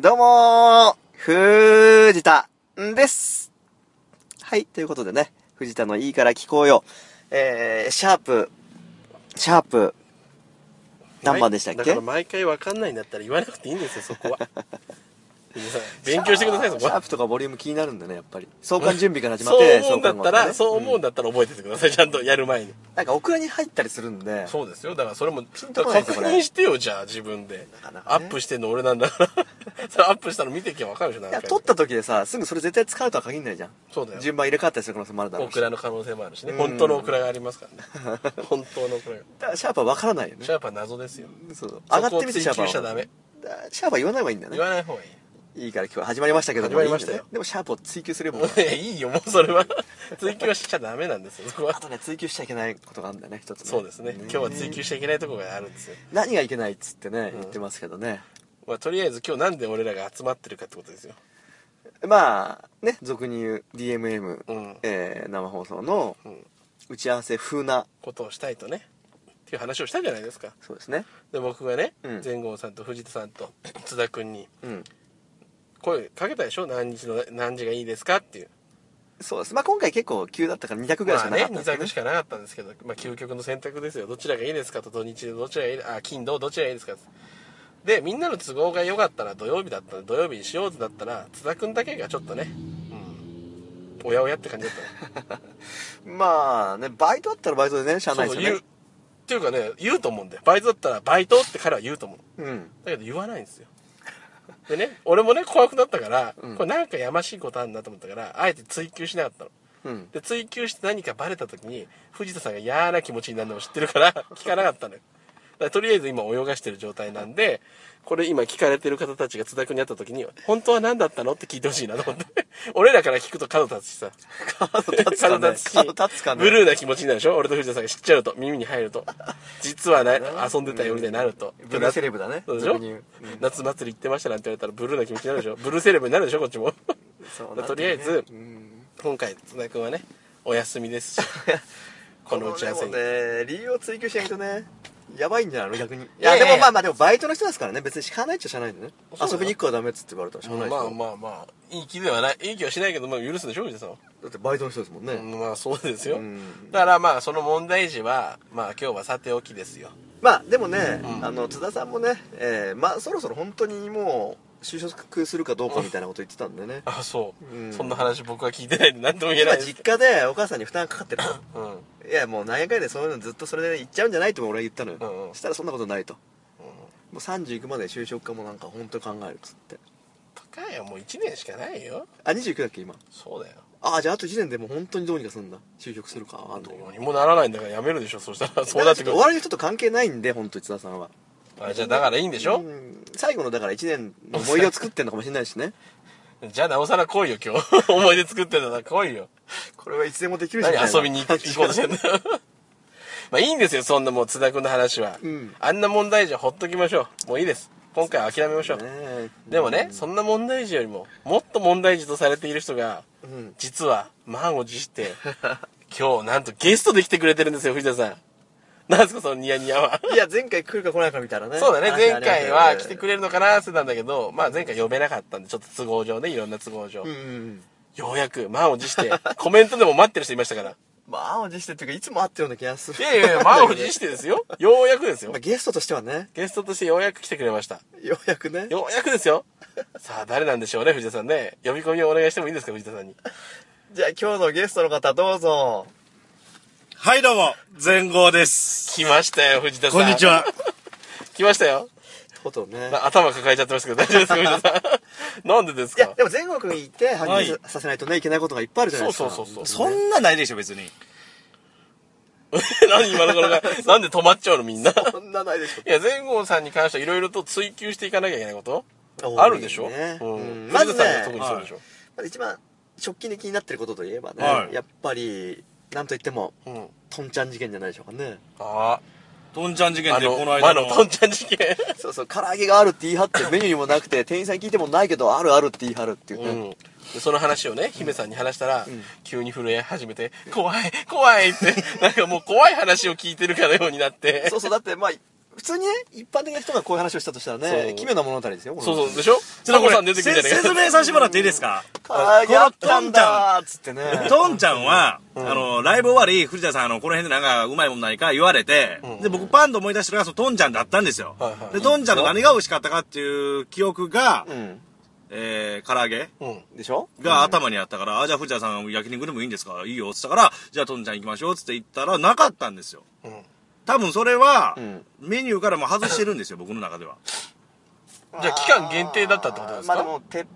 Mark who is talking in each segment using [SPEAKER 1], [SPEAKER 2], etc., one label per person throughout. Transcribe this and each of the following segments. [SPEAKER 1] どうもー、藤田んです。はい、ということでね、藤田のいいから聞こうよ。えー、シャープ、シャープ、何番でしたっ
[SPEAKER 2] だ
[SPEAKER 1] け
[SPEAKER 2] から毎回わかんないんだったら言わなくていいんですよそこは 皆さん勉強してくださいそこ
[SPEAKER 1] シャー
[SPEAKER 2] は
[SPEAKER 1] プとかボリューム気になるんだね、やっぱり。相関準備から始まっ
[SPEAKER 2] そう
[SPEAKER 1] て、
[SPEAKER 2] 思うんだったら、そう思うん
[SPEAKER 1] ん
[SPEAKER 2] だったら覚えててくださいちゃんとやる前に
[SPEAKER 1] なんかオクラに入ったりするんで、
[SPEAKER 2] そうですよだからそれもピン
[SPEAKER 1] とこないです
[SPEAKER 2] 確
[SPEAKER 1] よ
[SPEAKER 2] 認してよじゃあ自分で
[SPEAKER 1] なかな
[SPEAKER 2] ア
[SPEAKER 1] かね
[SPEAKER 2] ップしてんの俺なんだ からそれアップしたの見てきゃわかるで
[SPEAKER 1] い
[SPEAKER 2] しょ何
[SPEAKER 1] や、
[SPEAKER 2] 回
[SPEAKER 1] 撮った時でさ、すぐそれ絶対使うとは限らないじゃん。
[SPEAKER 2] そうだよ
[SPEAKER 1] 順番入れ替わったりする可能性もあるだろ
[SPEAKER 2] オ
[SPEAKER 1] うし。
[SPEAKER 2] クラの可能性もあるしね
[SPEAKER 1] うん
[SPEAKER 2] 本当のオクラがあります からね本当のオクラが
[SPEAKER 1] だからシャープは分からないよね
[SPEAKER 2] シ。ャープは謎ですよ
[SPEAKER 1] そう上がってみてシ
[SPEAKER 2] そ
[SPEAKER 1] ャ
[SPEAKER 2] こ
[SPEAKER 1] ー
[SPEAKER 2] を追求
[SPEAKER 1] プ
[SPEAKER 2] しちゃ
[SPEAKER 1] は
[SPEAKER 2] ダメ
[SPEAKER 1] だシャープは言わない方がいいんだね
[SPEAKER 2] 言。わない方がいい
[SPEAKER 1] いいから今日は始まりましたけど
[SPEAKER 2] 始まりました
[SPEAKER 1] い
[SPEAKER 2] よ
[SPEAKER 1] いんだねでもシャープを追求すれば
[SPEAKER 2] いやいいよもうそれは 追求はしちゃダメなんですよそこは
[SPEAKER 1] あとね追求しちゃいけないことがあるんだね一つね
[SPEAKER 2] そうですね今日は追求しちゃいけないところがあるんですよ、
[SPEAKER 1] 何がいけないっつってね言ってますけどね、
[SPEAKER 2] まあ、とりあえず今日なんで俺らが集まってるかってことですよ
[SPEAKER 1] まあね俗に言う DMM、
[SPEAKER 2] うん
[SPEAKER 1] えー生放送の
[SPEAKER 2] うん
[SPEAKER 1] 打ち合わせ風な
[SPEAKER 2] ことをしたいとねっていう話をしたじゃないですか
[SPEAKER 1] そうですね
[SPEAKER 2] で僕がね、
[SPEAKER 1] うん
[SPEAKER 2] 全豪さんと藤田さんと津田君に
[SPEAKER 1] うん
[SPEAKER 2] 声かけたでしょ何日の何時がいいですかっていう
[SPEAKER 1] そうですまあ今回結構急だったから2択ぐらい
[SPEAKER 2] ま
[SPEAKER 1] しか
[SPEAKER 2] あ
[SPEAKER 1] な
[SPEAKER 2] ね
[SPEAKER 1] かった
[SPEAKER 2] 2
[SPEAKER 1] ですね,、
[SPEAKER 2] 択しかなかったんですけど、まあ、究極の選択ですよどちらがいいですかと土日でどちらがいいあ金土どちらがいいですかってでみんなの都合が良かったら土曜日だったら土曜日にしようとだったら津田君だけがちょっとねうんおやおやって感じだったね
[SPEAKER 1] まあねバイトだったらバイトでねしゃあない
[SPEAKER 2] そう
[SPEAKER 1] ですよ
[SPEAKER 2] 言う
[SPEAKER 1] ね
[SPEAKER 2] っていうかね言うと思うんだよバイトだったらバイトって彼は言うと思う
[SPEAKER 1] うん
[SPEAKER 2] だけど言わないんですよでね俺もね怖くなったから、
[SPEAKER 1] うん
[SPEAKER 2] これなんかやましいことあるなと思ったからあえて追求しなかったの
[SPEAKER 1] うん
[SPEAKER 2] で追求して何かバレた時に藤田さんが嫌な気持ちになるのを知ってるから 聞かなかったのよだからとりあえず今泳がしてる状態なんでこれ今聞かれてる方たちが津田君に会った時に「本当は何だったの?」って聞いてほしいなと思って 俺らから聞くと角立つしさ
[SPEAKER 1] 角立つかね
[SPEAKER 2] 角立つし
[SPEAKER 1] 角立つかね
[SPEAKER 2] ブルーな気持ちになるでしょ俺と藤田さんが知っちゃうと耳に入ると実はね遊んでたよみたいになると、
[SPEAKER 1] ブルーセレブだね
[SPEAKER 2] そうでしょ、
[SPEAKER 1] 俗に言ううん
[SPEAKER 2] 夏祭り行ってましたなんて言われたらブルーな気持ちになるでしょブルーセレブになるでしょこっちも
[SPEAKER 1] そうな
[SPEAKER 2] だから
[SPEAKER 1] ん
[SPEAKER 2] と
[SPEAKER 1] て
[SPEAKER 2] りあ
[SPEAKER 1] ね
[SPEAKER 2] えず
[SPEAKER 1] うん
[SPEAKER 2] 今回津田君はねお休みです しこの打ち合わせ
[SPEAKER 1] こ
[SPEAKER 2] に
[SPEAKER 1] のでもね理由を追求しないとねやばいんじゃないの逆にい
[SPEAKER 2] や
[SPEAKER 1] や
[SPEAKER 2] いや
[SPEAKER 1] でもまあまあでもバイトの人ですからね別にしかないっちゃしゃあないんでね
[SPEAKER 2] そうだよ
[SPEAKER 1] 遊びに行くからダメっつって言われたらしゃあないでしょ
[SPEAKER 2] まあまあまあいい気ではないいい気はしないけど、まあ、許すでしょ藤田さんは、
[SPEAKER 1] だってバイトの人ですもんね
[SPEAKER 2] まあそうですよ、
[SPEAKER 1] うん
[SPEAKER 2] だからまあその問題児はまあ今日はさておきですよ
[SPEAKER 1] まあでもね
[SPEAKER 2] うん
[SPEAKER 1] あの津田さんもねえーまあそろそろ本当にもう就職するかどうかみたいなこと言ってたんでね
[SPEAKER 2] あそう、
[SPEAKER 1] うん
[SPEAKER 2] そんな話僕は聞いてないんで何とも言えな
[SPEAKER 1] 今
[SPEAKER 2] いです
[SPEAKER 1] 実家でお母さんに負担かかってる
[SPEAKER 2] うんうん
[SPEAKER 1] いやもう何やかんやでそういうのずっとそれで行っちゃうんじゃないって俺は言ったのよ
[SPEAKER 2] うんうん
[SPEAKER 1] そしたらそんなことないともう30行くまで就職かもなんか本当に考えるっつって
[SPEAKER 2] 高いよもう1年しかないよ
[SPEAKER 1] あ29だっけ今
[SPEAKER 2] そうだよ
[SPEAKER 1] ああじゃああと1年でもう本当にどうにかすんだ就職するかあと
[SPEAKER 2] どうにもならないんだからやめるでしょそしたらそうなってくる
[SPEAKER 1] お笑いの人と関係ないんで本当に津田さんは
[SPEAKER 2] あじゃあだからいいんでしょ
[SPEAKER 1] う、ん最後のだから1年の思い出を作ってんのかもしれないしね
[SPEAKER 2] じゃあなおさら来いよ今日 思い出作ってたら来いよ
[SPEAKER 1] これはいつでもできるし
[SPEAKER 2] 何遊びに行こうとしてんだよ まあいいんですよそんなもう津田君の話は、
[SPEAKER 1] うん
[SPEAKER 2] あんな問題児はほっときましょうもういいです今回は諦めましょう
[SPEAKER 1] ね
[SPEAKER 2] でもね、そんな問題児よりももっと問題児とされている人が、
[SPEAKER 1] うん
[SPEAKER 2] 実は満を持して 今日なんとゲストで来てくれてるんですよ藤田さんなんですかそのニヤニヤはい
[SPEAKER 1] や前回来るか来ないかみたいなね
[SPEAKER 2] そうだね前回は来てく
[SPEAKER 1] れ
[SPEAKER 2] れるのかなって言ってたんだけどまあ前回呼べなかったんでちょっと都合上ねいろんな都合上、
[SPEAKER 1] うんうんうん
[SPEAKER 2] ようやく満を持してコメントでも待ってる人いましたから
[SPEAKER 1] まあ満を持してっていうかいつも会ってるような気がする
[SPEAKER 2] いやいやいや満を持してですよようやくです よ
[SPEAKER 1] まあゲストとしてはね
[SPEAKER 2] ゲストとしてようやく来てくれました
[SPEAKER 1] ようやくね
[SPEAKER 2] ようやくですよさあ誰なんでしょうね藤田さんね呼び込みをお願いしてもいいですか藤田さんに
[SPEAKER 1] じゃあ今日のゲストの方どうぞ
[SPEAKER 3] はいどうも、全豪です。
[SPEAKER 2] 来ましたよ藤田さん
[SPEAKER 3] こんにちは。
[SPEAKER 2] 来ましたよ
[SPEAKER 1] とうとうね
[SPEAKER 2] な頭抱えちゃってますけど大丈夫ですか藤田さんなんでです
[SPEAKER 1] いや
[SPEAKER 2] か
[SPEAKER 1] でも全国に行って発
[SPEAKER 3] はい
[SPEAKER 1] 揮させないとねいけないことがいっぱいあるじゃないですか
[SPEAKER 2] そうそうそう
[SPEAKER 3] そんなないでしょ、別に。
[SPEAKER 2] 何今の頃がなんで止まっちゃうのみんな
[SPEAKER 1] そんなないでしょ
[SPEAKER 2] いや、前後さんに関してはいろいろと追求していかなきゃいけないこと
[SPEAKER 1] 多いね
[SPEAKER 2] あるでしょ、
[SPEAKER 1] うん
[SPEAKER 2] ま
[SPEAKER 1] ま
[SPEAKER 2] ず、
[SPEAKER 1] ずね
[SPEAKER 2] 藤田さんが特にそうでしょ、
[SPEAKER 1] まあ一番直近で気になってることといえばね、
[SPEAKER 3] はい
[SPEAKER 1] やっぱりなんといっても
[SPEAKER 2] うん。
[SPEAKER 1] とんちゃん事件じゃないでしょうかね
[SPEAKER 2] あ
[SPEAKER 3] とんちゃん事
[SPEAKER 2] あ。
[SPEAKER 3] 件
[SPEAKER 2] あ
[SPEAKER 3] で、
[SPEAKER 2] の
[SPEAKER 3] この、
[SPEAKER 2] まあ
[SPEAKER 3] 間
[SPEAKER 2] の、
[SPEAKER 3] の。
[SPEAKER 2] とんちゃん事件。
[SPEAKER 1] そうそう唐揚げがあるって言い張ってメニューにもなく て店員さんに聞いてもないけどあるあるって言い張るっていうね、
[SPEAKER 2] うん。でその話をね、姫さんに話したら、
[SPEAKER 1] ん
[SPEAKER 2] 急に震え始めて、 怖い、怖いって、なんかもう怖い話を聞いてるかのようになって、
[SPEAKER 1] そうそうだってまあ普通にね、一般的な人がこういう話をしたとしたら
[SPEAKER 2] そ
[SPEAKER 1] ね
[SPEAKER 2] う、
[SPEAKER 1] 奇妙な物語ですよ、これ
[SPEAKER 2] そうそう、でしょタコさん出てき
[SPEAKER 3] せ
[SPEAKER 2] てね。
[SPEAKER 3] 説明させてもらっていいです か
[SPEAKER 1] あー、
[SPEAKER 3] この
[SPEAKER 1] やったんだーっつってね。
[SPEAKER 3] トンちゃんは、あの、ライブ終わり、藤田さん、あの、この辺でなんか、うまいもんないか言われて、で、僕、パンと思い出したのが、そのトンちゃんだったんですよ。
[SPEAKER 2] はいはい
[SPEAKER 3] で、トンちゃんの何が美味しかったかっていう記憶が、
[SPEAKER 1] うん。
[SPEAKER 3] えー、唐揚げ
[SPEAKER 2] うん。
[SPEAKER 1] でしょ
[SPEAKER 3] が頭にあったから、あ、じゃあ藤田さん焼肉でもいいんですかいいよ、つったから、じゃあトンちゃん行きましょう、つって言ったら、なかったんですよ。
[SPEAKER 2] うん。
[SPEAKER 3] 多分それは、
[SPEAKER 1] うん
[SPEAKER 3] メニューからも外してるんですよ、僕の中では。
[SPEAKER 2] じゃあ期間限定だったってことですか
[SPEAKER 1] まあでも、鉄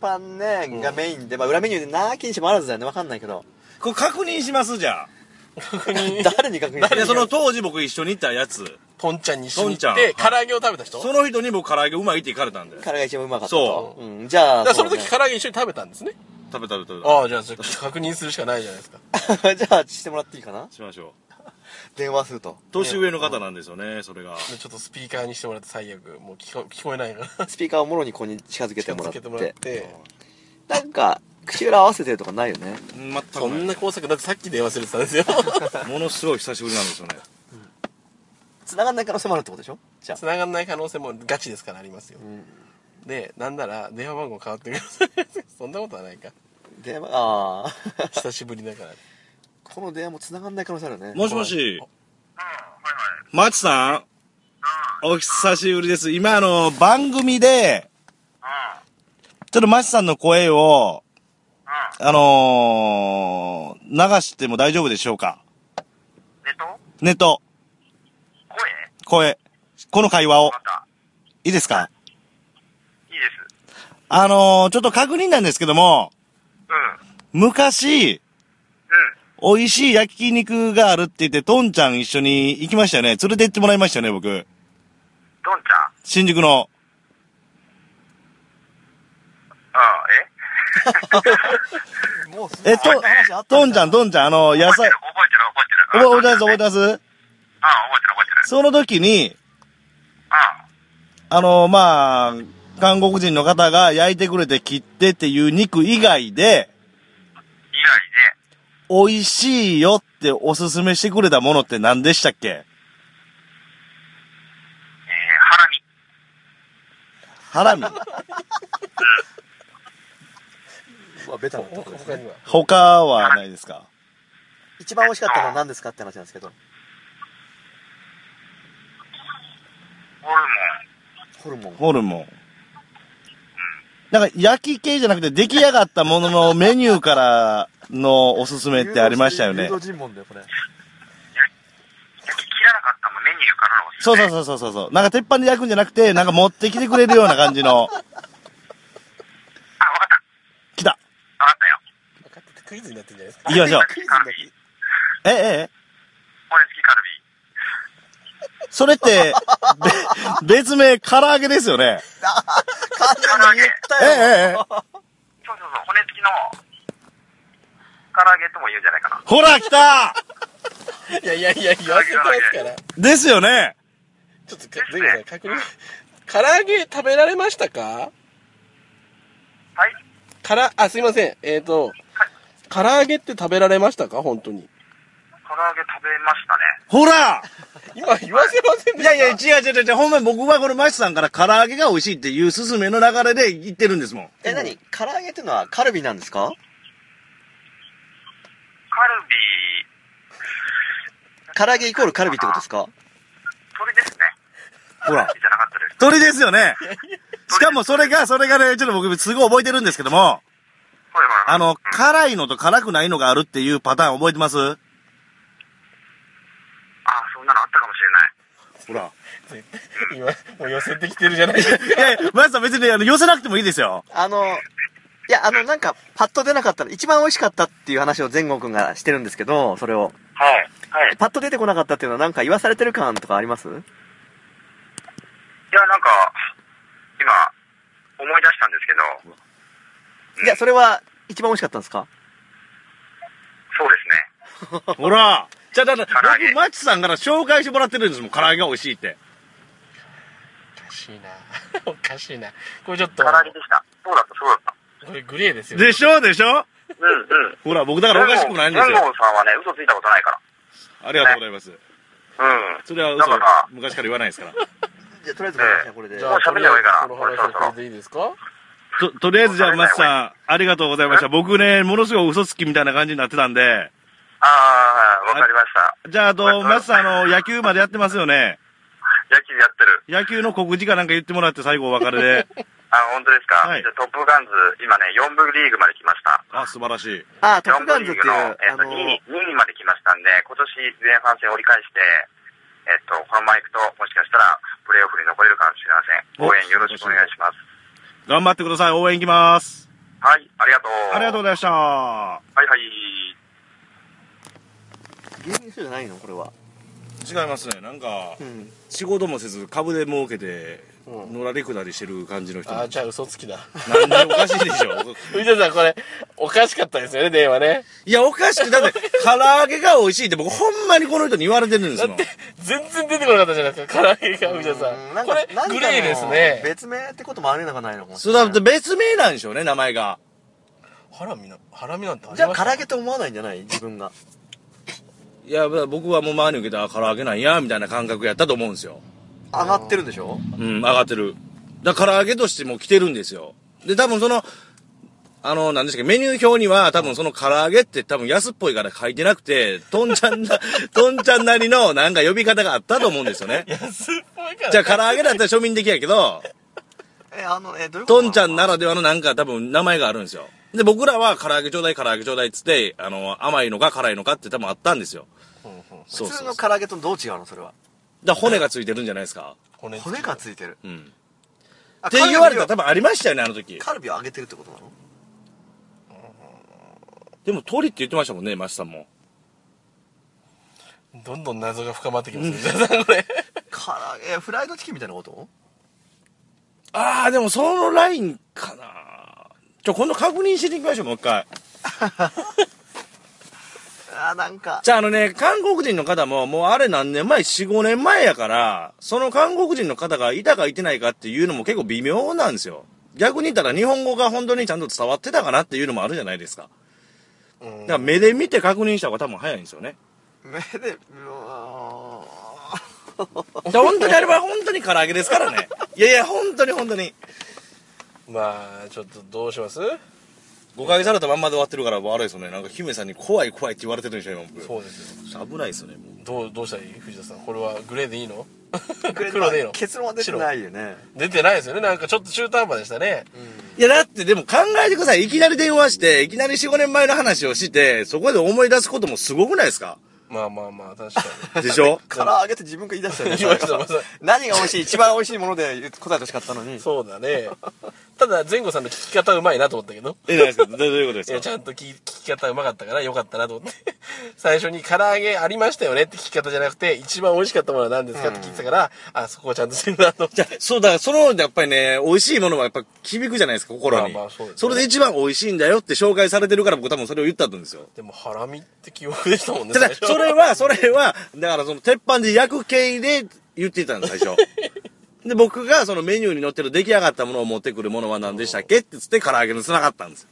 [SPEAKER 1] 板ね、がメインで、まあ裏メニューでなきにしもあらずだよね、わかんないけど。
[SPEAKER 3] これ確認します、じゃあ。
[SPEAKER 1] 誰に確認す
[SPEAKER 3] いや、
[SPEAKER 1] る
[SPEAKER 3] その当時僕一緒に行ったやつ、
[SPEAKER 2] ポンちゃんにしに行っ
[SPEAKER 3] ポンちゃん
[SPEAKER 2] て、唐揚げを食べた人
[SPEAKER 3] その人に僕唐揚げうまいって行かれたんで。
[SPEAKER 1] 彼が一番うまかった
[SPEAKER 3] そ
[SPEAKER 1] と。うん。じゃ
[SPEAKER 2] だ
[SPEAKER 1] あ、
[SPEAKER 2] からその
[SPEAKER 1] う
[SPEAKER 2] 時
[SPEAKER 1] ね
[SPEAKER 2] 唐揚げ一緒に食べたんですね。
[SPEAKER 3] 食べた食べた食べた。
[SPEAKER 2] ああ、じゃあそれ確認するしかないじゃないです か。
[SPEAKER 1] じゃあ、してもらっていいかな
[SPEAKER 3] しましょう。
[SPEAKER 1] 電話すると。
[SPEAKER 3] 年上の方なんですよね、それが。
[SPEAKER 2] ちょっとスピーカーにしてもらって最悪。もう聞こ聞こえないから。
[SPEAKER 1] スピーカーをもろにここに近づけて
[SPEAKER 2] 近
[SPEAKER 1] もら
[SPEAKER 2] づ
[SPEAKER 1] って
[SPEAKER 2] けてもらって。
[SPEAKER 1] なんか口裏合わせてるとかないよね
[SPEAKER 3] 全く
[SPEAKER 2] そん
[SPEAKER 3] な
[SPEAKER 2] な工作、だってさっき電話するって言ってたんです よ。
[SPEAKER 3] いものすごい久しぶりなんですよね。
[SPEAKER 1] 繋がんない可能性もあるってことでしょじゃあ
[SPEAKER 2] 繋がんない可能性もガチですからありますよ。で、なんなら電話番号変わってください。そんなことはないか。
[SPEAKER 1] 電話ああ
[SPEAKER 2] 久しぶりだから。
[SPEAKER 1] この電話も繋がんない可能性あるよね
[SPEAKER 3] もしもし。マチさんお久しぶりです。今、あの、番組で、ちょっとマチさんの声を、あのー、流しても大丈夫でしょうか
[SPEAKER 4] えっと、
[SPEAKER 3] ネット、
[SPEAKER 4] 声
[SPEAKER 3] 声、この会話を
[SPEAKER 4] ま、た、
[SPEAKER 3] いいですか
[SPEAKER 4] いいです。
[SPEAKER 3] あのー、ちょっと確認なんですけども、
[SPEAKER 4] うん、
[SPEAKER 3] 昔、
[SPEAKER 4] うん。
[SPEAKER 3] 美味しい焼き肉があるって言って、トンちゃん一緒に行きましたよね。連れて行ってもらいましたよね、僕。
[SPEAKER 4] どんちゃん
[SPEAKER 3] 新宿の。
[SPEAKER 4] ああ、え
[SPEAKER 1] もうす
[SPEAKER 3] え、と、トンちゃん、トンちゃん、あの、野
[SPEAKER 4] 覚
[SPEAKER 3] 菜
[SPEAKER 4] えてる、、覚えてる、覚えてる。
[SPEAKER 3] 覚えてます、覚え
[SPEAKER 4] る。
[SPEAKER 3] てます
[SPEAKER 4] ああ、覚えてる、覚えてる。
[SPEAKER 3] その時に、
[SPEAKER 4] ああ、
[SPEAKER 3] あの、まあ、韓国人の方が焼いてくれて切ってっていう肉以外で、
[SPEAKER 4] 以外で、
[SPEAKER 3] 美味しいよっておすすめしてくれたものって何でしたっけ
[SPEAKER 4] えー、ハラミ。
[SPEAKER 3] ハラミ
[SPEAKER 1] うわベタなとこです
[SPEAKER 2] 他
[SPEAKER 1] ね
[SPEAKER 2] には。
[SPEAKER 3] 他はないですか
[SPEAKER 1] 一番美味しかったのは何ですかって話なんですけど
[SPEAKER 4] ホルモン。
[SPEAKER 1] ホルモン
[SPEAKER 3] ホルモン。なんか焼き系じゃなくて出来上がったもののメニューからのおすすめってありましたよね
[SPEAKER 1] 誘。導尋問だよこれ
[SPEAKER 4] 焼き切らなかったもんメニューからのおすす
[SPEAKER 3] そう
[SPEAKER 4] め。
[SPEAKER 3] そうそうそうそうそう。なんか鉄板で焼くんじゃなくて、なんか持ってきてくれるような感じの。
[SPEAKER 4] あ、わかった。
[SPEAKER 3] 来た
[SPEAKER 4] わかったよ。
[SPEAKER 2] 分かっててクイズになってんじゃないですか。
[SPEAKER 3] 行きましょう。
[SPEAKER 1] クイズだ
[SPEAKER 3] え、え、
[SPEAKER 4] 骨付きカルビ。
[SPEAKER 3] えそれって、べ別名、唐揚げですよね。
[SPEAKER 1] 完全に言った
[SPEAKER 3] え、
[SPEAKER 1] よ、
[SPEAKER 3] えええ、
[SPEAKER 4] そうそうそう、骨付きの、唐揚げとも言うんじゃないかな。
[SPEAKER 3] ほら、来た
[SPEAKER 2] いやいやいや、言わせてますから。
[SPEAKER 3] ですよね。
[SPEAKER 2] ちょっとか、ぜひさん、確認。唐揚げ食べられましたか
[SPEAKER 4] はい。
[SPEAKER 2] から、あ、すいません。えっ、ー、と、唐揚げって食べられましたか本当に。
[SPEAKER 4] 唐揚げ食べましたね。
[SPEAKER 3] ほら
[SPEAKER 2] 今言わせませんで
[SPEAKER 3] い
[SPEAKER 2] した
[SPEAKER 3] やいや、違う違う違う。ほんまに僕はこのマシさんから唐揚げが美味しいっていうすすめの流れで言ってるんですもん。
[SPEAKER 1] え何唐揚げってのはカルビなんですか
[SPEAKER 4] カルビ、
[SPEAKER 1] 唐揚げイコールカルビってことですか
[SPEAKER 4] 鳥ですね。
[SPEAKER 3] ほら。
[SPEAKER 4] じゃなかったです。
[SPEAKER 3] 鳥ですよね。しかもそれが、それがね、ちょっと僕すごい覚えてるんですけども、
[SPEAKER 4] ほいほいほい。
[SPEAKER 3] あの、辛いのと辛くないのがあるっていうパターン覚えてます
[SPEAKER 4] ああ、そんなのあったかもしれない。
[SPEAKER 3] ほら。
[SPEAKER 2] 今、もう寄せてきてるじゃないですか。
[SPEAKER 3] いやいや、マシさん別にあの寄せなくてもいいですよ。
[SPEAKER 1] あのいやあのなんかパッと出なかったの一番美味しかったっていう話を前後君がしてるんですけどそれを
[SPEAKER 4] はい。はい。
[SPEAKER 1] パッと出てこなかったっていうのはなんか言わされてる感とかあります
[SPEAKER 4] いや、なんか、今、思い出したんですけど、
[SPEAKER 1] いや、それは一番美味しかったんですか
[SPEAKER 4] そうですね。
[SPEAKER 3] ほら。じゃあ、だから
[SPEAKER 4] 唐揚げ
[SPEAKER 3] 僕、マチさんから紹介してもらってるんですもん。唐揚げが美味しいって。
[SPEAKER 2] おかしいな。おかしいな。これちょっと
[SPEAKER 4] 唐、揚げでした。そうだった、そうだった。
[SPEAKER 2] これグレーですよ。
[SPEAKER 3] でしょでしょ
[SPEAKER 4] うん、うん。
[SPEAKER 3] ほら、僕だからおかしくないんです
[SPEAKER 4] 文
[SPEAKER 3] よ。
[SPEAKER 4] 豪さんはね、嘘ついたことないから。
[SPEAKER 3] ありがとうございます。
[SPEAKER 4] うん。
[SPEAKER 3] それは
[SPEAKER 4] な
[SPEAKER 3] 嘘
[SPEAKER 4] んかさ、
[SPEAKER 3] 昔から言わないですから。
[SPEAKER 1] じゃあ、とりあえずこれですね、これで。
[SPEAKER 2] じ
[SPEAKER 1] じ
[SPEAKER 2] ゃ
[SPEAKER 1] ゃ
[SPEAKER 2] あ、
[SPEAKER 4] もう
[SPEAKER 2] と
[SPEAKER 4] 喋
[SPEAKER 2] り
[SPEAKER 4] んない
[SPEAKER 2] あ
[SPEAKER 4] 方がいいか
[SPEAKER 2] えずこの話はこれでいいですか
[SPEAKER 3] と、とりあえずじゃあ、マスさん、ありがとうございました。僕ね、ものすごい嘘つきみたいな感じになってたんで、
[SPEAKER 4] ああ、わかりました。
[SPEAKER 3] じゃあ、あと、マスさん、あの、野球までやってますよね。
[SPEAKER 4] 野球やってる。
[SPEAKER 3] 野球の告示かなんか言ってもらって、最後お別れで。
[SPEAKER 4] あ、本当ですか。
[SPEAKER 3] はい
[SPEAKER 4] じゃあトップガンズ、今ね、4部リーグまで来ました。
[SPEAKER 3] あ、素晴らしい。
[SPEAKER 1] あ、トッ
[SPEAKER 4] 4
[SPEAKER 1] プ
[SPEAKER 4] 部
[SPEAKER 1] ガン
[SPEAKER 4] リ
[SPEAKER 1] ズって
[SPEAKER 4] ーグ
[SPEAKER 1] いう、
[SPEAKER 4] の、えっ
[SPEAKER 1] あ
[SPEAKER 4] と
[SPEAKER 1] の、
[SPEAKER 4] 2位、2位まで来ましたんで、今年前半戦折り返して、えっと、このまま行くと、もしかしたら、プレーオフに残れるかもしれません。応援よろしくお願いします。
[SPEAKER 3] 頑張ってください。応援行きます。
[SPEAKER 4] はい、ありがとう。
[SPEAKER 3] ありがとうございました。
[SPEAKER 4] はいはい。
[SPEAKER 1] ゲーム書じゃないのこれは。
[SPEAKER 3] 違いますね。なんか
[SPEAKER 1] う、ん。
[SPEAKER 3] 仕事もせず、株で儲けて、
[SPEAKER 2] うん
[SPEAKER 3] 乗られくだりしてる感じの人
[SPEAKER 2] あー、じゃあ嘘つきだ。
[SPEAKER 3] なんでおかしいでし ょ
[SPEAKER 2] 藤田さん、これ、おかしかったですよね、電話ね。
[SPEAKER 3] いや、おかしくて、だって、唐揚げが美味しいって僕、ほんまにこの人に言われてるんですもん。
[SPEAKER 2] 全然出てこなかったじゃないですか、唐揚げが、藤田さん。これ、グレーですね。
[SPEAKER 1] 別名ってこともありなかないのかもし
[SPEAKER 3] そ
[SPEAKER 1] れ
[SPEAKER 3] れだ
[SPEAKER 1] な
[SPEAKER 3] っ
[SPEAKER 1] い
[SPEAKER 3] て別名なんでしょうね、名前が。
[SPEAKER 2] ハラミな、ハラミなんてあり
[SPEAKER 1] じゃ
[SPEAKER 2] ま
[SPEAKER 1] あ、
[SPEAKER 2] した
[SPEAKER 1] 唐揚げと思わないんじゃない自分が。
[SPEAKER 3] いや、だから僕はもう周りに受けたら唐揚げなんや、みたいな感覚やったと思うんですよ。
[SPEAKER 1] 上がってるんでしょ
[SPEAKER 3] うん、上がってる。だから唐揚げとしても来てるんですよ。で、多分その、あの、なんですか、メニュー表には多分その唐揚げって多分安っぽいから書いてなくて、とんちゃん な、とんちゃんなりのなんか呼び方があったと思うんですよ ね。
[SPEAKER 2] 安っぽいから。
[SPEAKER 3] じゃあ唐揚げだったら庶民的やけど、
[SPEAKER 1] え、あの、え、どういうこと
[SPEAKER 3] とんちゃんならではのなんか多分名前があるんですよ。で、僕らは唐揚げちょうだい、唐揚げちょうだいっつって、あの、甘いのか辛いのかって多分あったんですよ。
[SPEAKER 2] うんうん
[SPEAKER 3] そう
[SPEAKER 1] 普
[SPEAKER 3] そ
[SPEAKER 1] 通
[SPEAKER 3] う
[SPEAKER 1] の唐揚げとどう違うのそれは。
[SPEAKER 3] だから骨がついてるんじゃないですか。
[SPEAKER 2] 骨付き
[SPEAKER 1] 骨がついてる。
[SPEAKER 3] うん。
[SPEAKER 1] っ
[SPEAKER 3] って言われたら多分ありましたよね、あの時。
[SPEAKER 1] カルビを揚げてるってことなの
[SPEAKER 3] でも鳥って言ってましたもんね、マシさんも。
[SPEAKER 2] どんどん謎が深まってきますね、藤田さん、これ。
[SPEAKER 1] 唐揚げ、えフライドチキンみたいなこと
[SPEAKER 3] あー、でもそのラインかなちょ、今度確認していきましょう、もう一回。
[SPEAKER 1] あー、なんか。
[SPEAKER 3] じゃあ、あのね、韓国人の方も、もうあれ何年前 ?4、5年前やから、その韓国人の方がいたかいてないかっていうのも結構微妙なんですよ。逆に言ったら日本語が本当にちゃんと伝わってたかなっていうのもあるじゃないですか。
[SPEAKER 2] うん
[SPEAKER 3] だから目で見て確認した方が多分早いんですよね。
[SPEAKER 1] 目で、うわ ー
[SPEAKER 3] で本当にあれは本当に唐揚げですからね。いやいや、本当に本当に。
[SPEAKER 2] まあ、ちょっとどうします
[SPEAKER 3] 誤解されたまんまで終わってるから悪いですよね。なんか姫さんに怖い怖いって言われてるんでしょ、今僕。
[SPEAKER 2] そうですよ。
[SPEAKER 3] 危ないですよね、もう。
[SPEAKER 2] どう、どうしたらいい藤田さん。これはグレーでいいの
[SPEAKER 1] これ
[SPEAKER 2] 黒でいいの
[SPEAKER 1] 結論は出てないよね。
[SPEAKER 2] 出てないですよね。なんかちょっと中途半端でしたね。
[SPEAKER 3] いや、だってでも考えてください。いきなり電話して、いきなり4、5年前の話をして、そこで思い出すこともすごくないですか
[SPEAKER 2] まあまあまあ、確かに。
[SPEAKER 3] でしょ
[SPEAKER 1] 唐揚げって自分が言い出したよね。
[SPEAKER 2] 言いました
[SPEAKER 1] 最後
[SPEAKER 2] ごめんなさい
[SPEAKER 1] 何が美味しい一番美味しいもので言って答えてほしかったのに。
[SPEAKER 2] そうだね。ただ、前後さんの聞き方うまいなと思ったけど。
[SPEAKER 3] え、ないですかどどういうことで
[SPEAKER 2] い
[SPEAKER 3] す
[SPEAKER 2] や、
[SPEAKER 3] か
[SPEAKER 2] ちゃんと聞き聞き方うまかったからよかったなと思って。 最初に唐揚げありましたよねって聞き方じゃなくて、一番美味しかったものは何ですかって聞いてたから、あ、そこはちゃんとするなと思っ
[SPEAKER 3] じゃ
[SPEAKER 2] て。
[SPEAKER 3] あそう、だからその、やっぱりね、美味しいものはやっぱ響くじゃないですか、心に。
[SPEAKER 2] まあまあそうですね
[SPEAKER 3] それで一番美味しいんだよって紹介されてるから僕多分それを言ったんですよ。
[SPEAKER 2] でも、ハラミって記憶でしたもんね。
[SPEAKER 3] ただ
[SPEAKER 2] 最、初
[SPEAKER 3] それは、それは、だからその鉄板で焼く系で言ってたんです、最初。で、僕がそのメニューに載ってる出来上がったものを持ってくるものは何でしたっけって言って唐揚げに繋がったんですよ。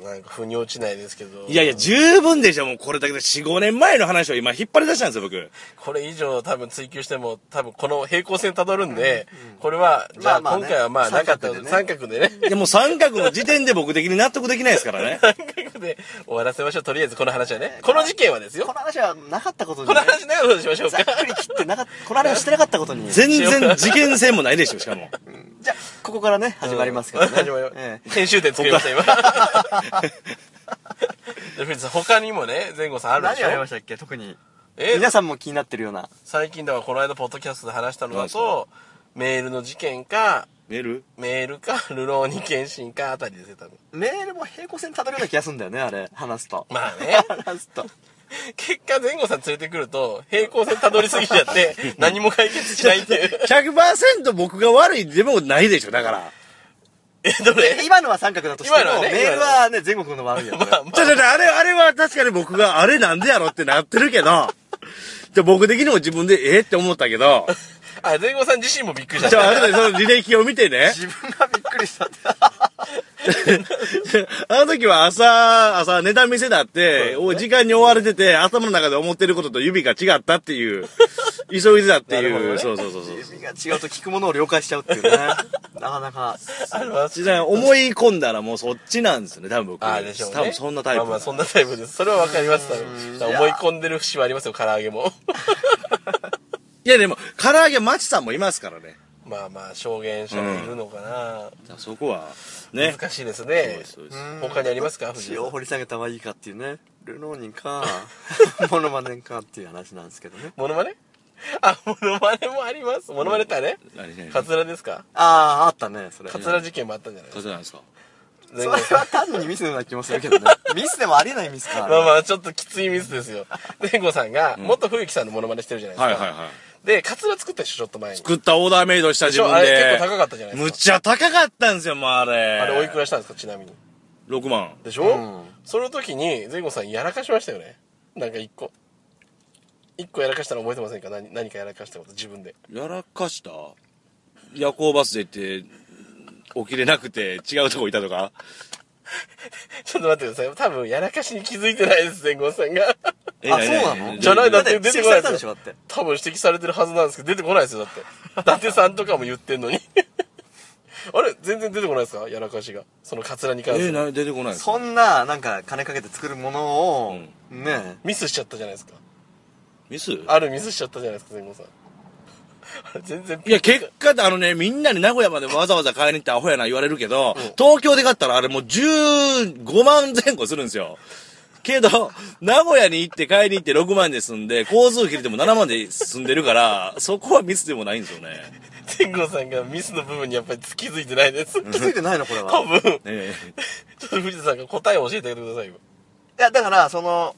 [SPEAKER 2] うんなんか、腑に落ちないですけど。
[SPEAKER 3] いやいや、十分でしょ、もうこれだけで4、5年前の話を今引っ張り出したんですよ、僕。
[SPEAKER 2] これ以上多分追求しても、多分この平行線辿るんで、これは、じゃあ
[SPEAKER 1] まあまあ
[SPEAKER 2] 今
[SPEAKER 1] ね
[SPEAKER 2] 回はまあなかったので、
[SPEAKER 1] 三
[SPEAKER 2] 三角でね。
[SPEAKER 3] いや、もう三角の時点で僕的に納得できないですからね。
[SPEAKER 2] 三角で終わらせましょう。とりあえずこの話はね。この事件はです
[SPEAKER 1] この。
[SPEAKER 2] よ
[SPEAKER 1] 話はなかったことに
[SPEAKER 2] こ
[SPEAKER 1] ね
[SPEAKER 2] の話なかったことにしましょう
[SPEAKER 1] ざ
[SPEAKER 2] か
[SPEAKER 1] っ。くり切ってなかった、この話はしてなかった ことに。じ
[SPEAKER 3] 全然事件性もないでしょ、しかも。
[SPEAKER 1] ゃあ、ここからね、始まりますからね。
[SPEAKER 2] 始まります
[SPEAKER 1] ええ
[SPEAKER 2] 編集点作りました、 今。じゃあ藤田さん、他にもね、前後さんあるで
[SPEAKER 1] 何
[SPEAKER 2] し
[SPEAKER 1] ありま
[SPEAKER 2] ょ
[SPEAKER 1] したっけ特に。
[SPEAKER 2] え
[SPEAKER 1] 皆さんも気になってるような。
[SPEAKER 2] 最近だからこの間、ポッドキャストで話したのだ
[SPEAKER 3] 何ですか
[SPEAKER 2] と、メールの事件か、
[SPEAKER 3] メール
[SPEAKER 2] メールか、流浪に検診かあたりですよ、多分。
[SPEAKER 1] メールも平行線たどるような気がするんだよね、あれ。話すと。
[SPEAKER 2] まあね。
[SPEAKER 1] 話すと。
[SPEAKER 2] 結果、前後さん連れてくると、平行線辿りすぎちゃ って、何も解決しないっていう。
[SPEAKER 3] ?100% 僕が悪いでもないでしょ、だから。
[SPEAKER 2] え、どれ
[SPEAKER 1] で今のは三角だとして
[SPEAKER 2] 今のは
[SPEAKER 1] も、
[SPEAKER 2] ね
[SPEAKER 1] メールはね、全国の悪いやつ
[SPEAKER 2] まあま
[SPEAKER 3] ちょちょちょ、あれ、あれは確かに僕が、あれなんでやろってなってるけど、じゃ僕的にも自分で、えって思ったけど、
[SPEAKER 2] あ、あ、前後さん自身もびっくりし
[SPEAKER 3] じ
[SPEAKER 2] た。
[SPEAKER 3] ゃあ、後でその履歴を見てね、
[SPEAKER 1] 自分がびっくりしたって。
[SPEAKER 3] あの時は朝、朝、ネタ見せだって、お時間に追われてて、頭の中で思ってることと指が違ったっ ていう、急いでたって
[SPEAKER 2] なるほ
[SPEAKER 3] い
[SPEAKER 2] ど
[SPEAKER 3] う、
[SPEAKER 2] ね
[SPEAKER 3] そうそうそうそう。
[SPEAKER 1] 指が違うと聞くものを了解しちゃうってい うね。なかなか。
[SPEAKER 2] あの
[SPEAKER 3] ちなみに思い込んだらもうそっちなんですよね、多分僕。
[SPEAKER 2] あーでしょうね。
[SPEAKER 3] 多分そんなタイプ。
[SPEAKER 2] まあまあそんなタイプです。それはわかります、多分。だから思い込んでる節はありますよ、唐揚げも。
[SPEAKER 3] いやでも、唐揚げマチさんもいますからね。
[SPEAKER 2] まあまあ、証言者がいるのかな。
[SPEAKER 3] そこは、ね。
[SPEAKER 2] 難しいです
[SPEAKER 3] そう
[SPEAKER 2] ね
[SPEAKER 3] ですそうで。
[SPEAKER 2] 他にありますか、藤井
[SPEAKER 1] 塩
[SPEAKER 2] さ
[SPEAKER 1] を
[SPEAKER 2] ん。
[SPEAKER 1] 掘り下げた方がいいかっていうね。ルノーニン か、モノマネかっていう話なんですけどね。
[SPEAKER 2] モノマネ あ、モノマネもあります。モノマネってあれ
[SPEAKER 3] 何何
[SPEAKER 2] カツラですか
[SPEAKER 1] ああ、あったね、それ。
[SPEAKER 2] カツラ事件もあったんじゃないです
[SPEAKER 3] 風なんですか
[SPEAKER 2] か
[SPEAKER 1] そ
[SPEAKER 2] 全
[SPEAKER 1] れ
[SPEAKER 2] 然
[SPEAKER 1] は単にミスのような気もするけ どね。ミスでもありえないミスか。あれ
[SPEAKER 2] まあまあ、ちょっときついミスです よ。で、ゴさんが、元冬木さんのモノマネしてるじゃないです
[SPEAKER 3] は
[SPEAKER 2] か。
[SPEAKER 3] いはいはい。
[SPEAKER 2] で、カツラ作ったでしょ、ちょっと前に。
[SPEAKER 3] 作ったオーダーメイドした自分
[SPEAKER 2] あ
[SPEAKER 3] で。
[SPEAKER 2] れ結構高かったじゃないで
[SPEAKER 3] むっ
[SPEAKER 2] すか。
[SPEAKER 3] ちゃ高かったんですよ、もうあれ。
[SPEAKER 2] あれおいくらしたんですか、ちなみに。
[SPEAKER 3] ?6 万。
[SPEAKER 2] でしょ、
[SPEAKER 1] うん
[SPEAKER 2] その時に前後さんやらかしましたよねなんか一個一個やらかしたの覚えてませんか何何かやらかしたこと自分で
[SPEAKER 3] やらかした夜行バスで行って、起きれなくて違うとこいたとか
[SPEAKER 2] ちょっと待ってください多分やらかしに気づいてないです前後さんが
[SPEAKER 3] え
[SPEAKER 1] あ、そうなの
[SPEAKER 2] じゃないだって
[SPEAKER 1] だ
[SPEAKER 2] 出てこ
[SPEAKER 1] 指摘さ
[SPEAKER 2] ない
[SPEAKER 1] れたん
[SPEAKER 2] で
[SPEAKER 1] ですしょ、
[SPEAKER 2] よ
[SPEAKER 1] だって。
[SPEAKER 2] 多分指摘されてるはずなんですけど出てこないですよだって伊達さんとかも言ってんのに あれ全然出てこないですかやらかしがそのカツラに関す
[SPEAKER 3] え、
[SPEAKER 2] る、
[SPEAKER 3] な、出てこないです
[SPEAKER 1] そんな、なんか、金かけて作るものを、ね
[SPEAKER 2] ミスしちゃったじゃないですか
[SPEAKER 3] ミス
[SPEAKER 2] あるミスしちゃったじゃないですか前後さん あれ全然
[SPEAKER 3] いや、結果ってあのね、みんなに名古屋までわざわざ買いに行ってアホやな言われるけど、東京で買ったらあれもう15万前後するんですよ。けど、名古屋に行って買いに行って6万で済んで、交通費でも7万で済んでるから、そこはミスでもないんですよね。
[SPEAKER 2] 天狗さんがミスの部分にやっぱり気づいてないです
[SPEAKER 1] え。気づいてないの、これは。
[SPEAKER 2] 多分ちょっ
[SPEAKER 3] え
[SPEAKER 2] と藤田さんが答えを教えてあげてくださいよ
[SPEAKER 1] いや、だから、その、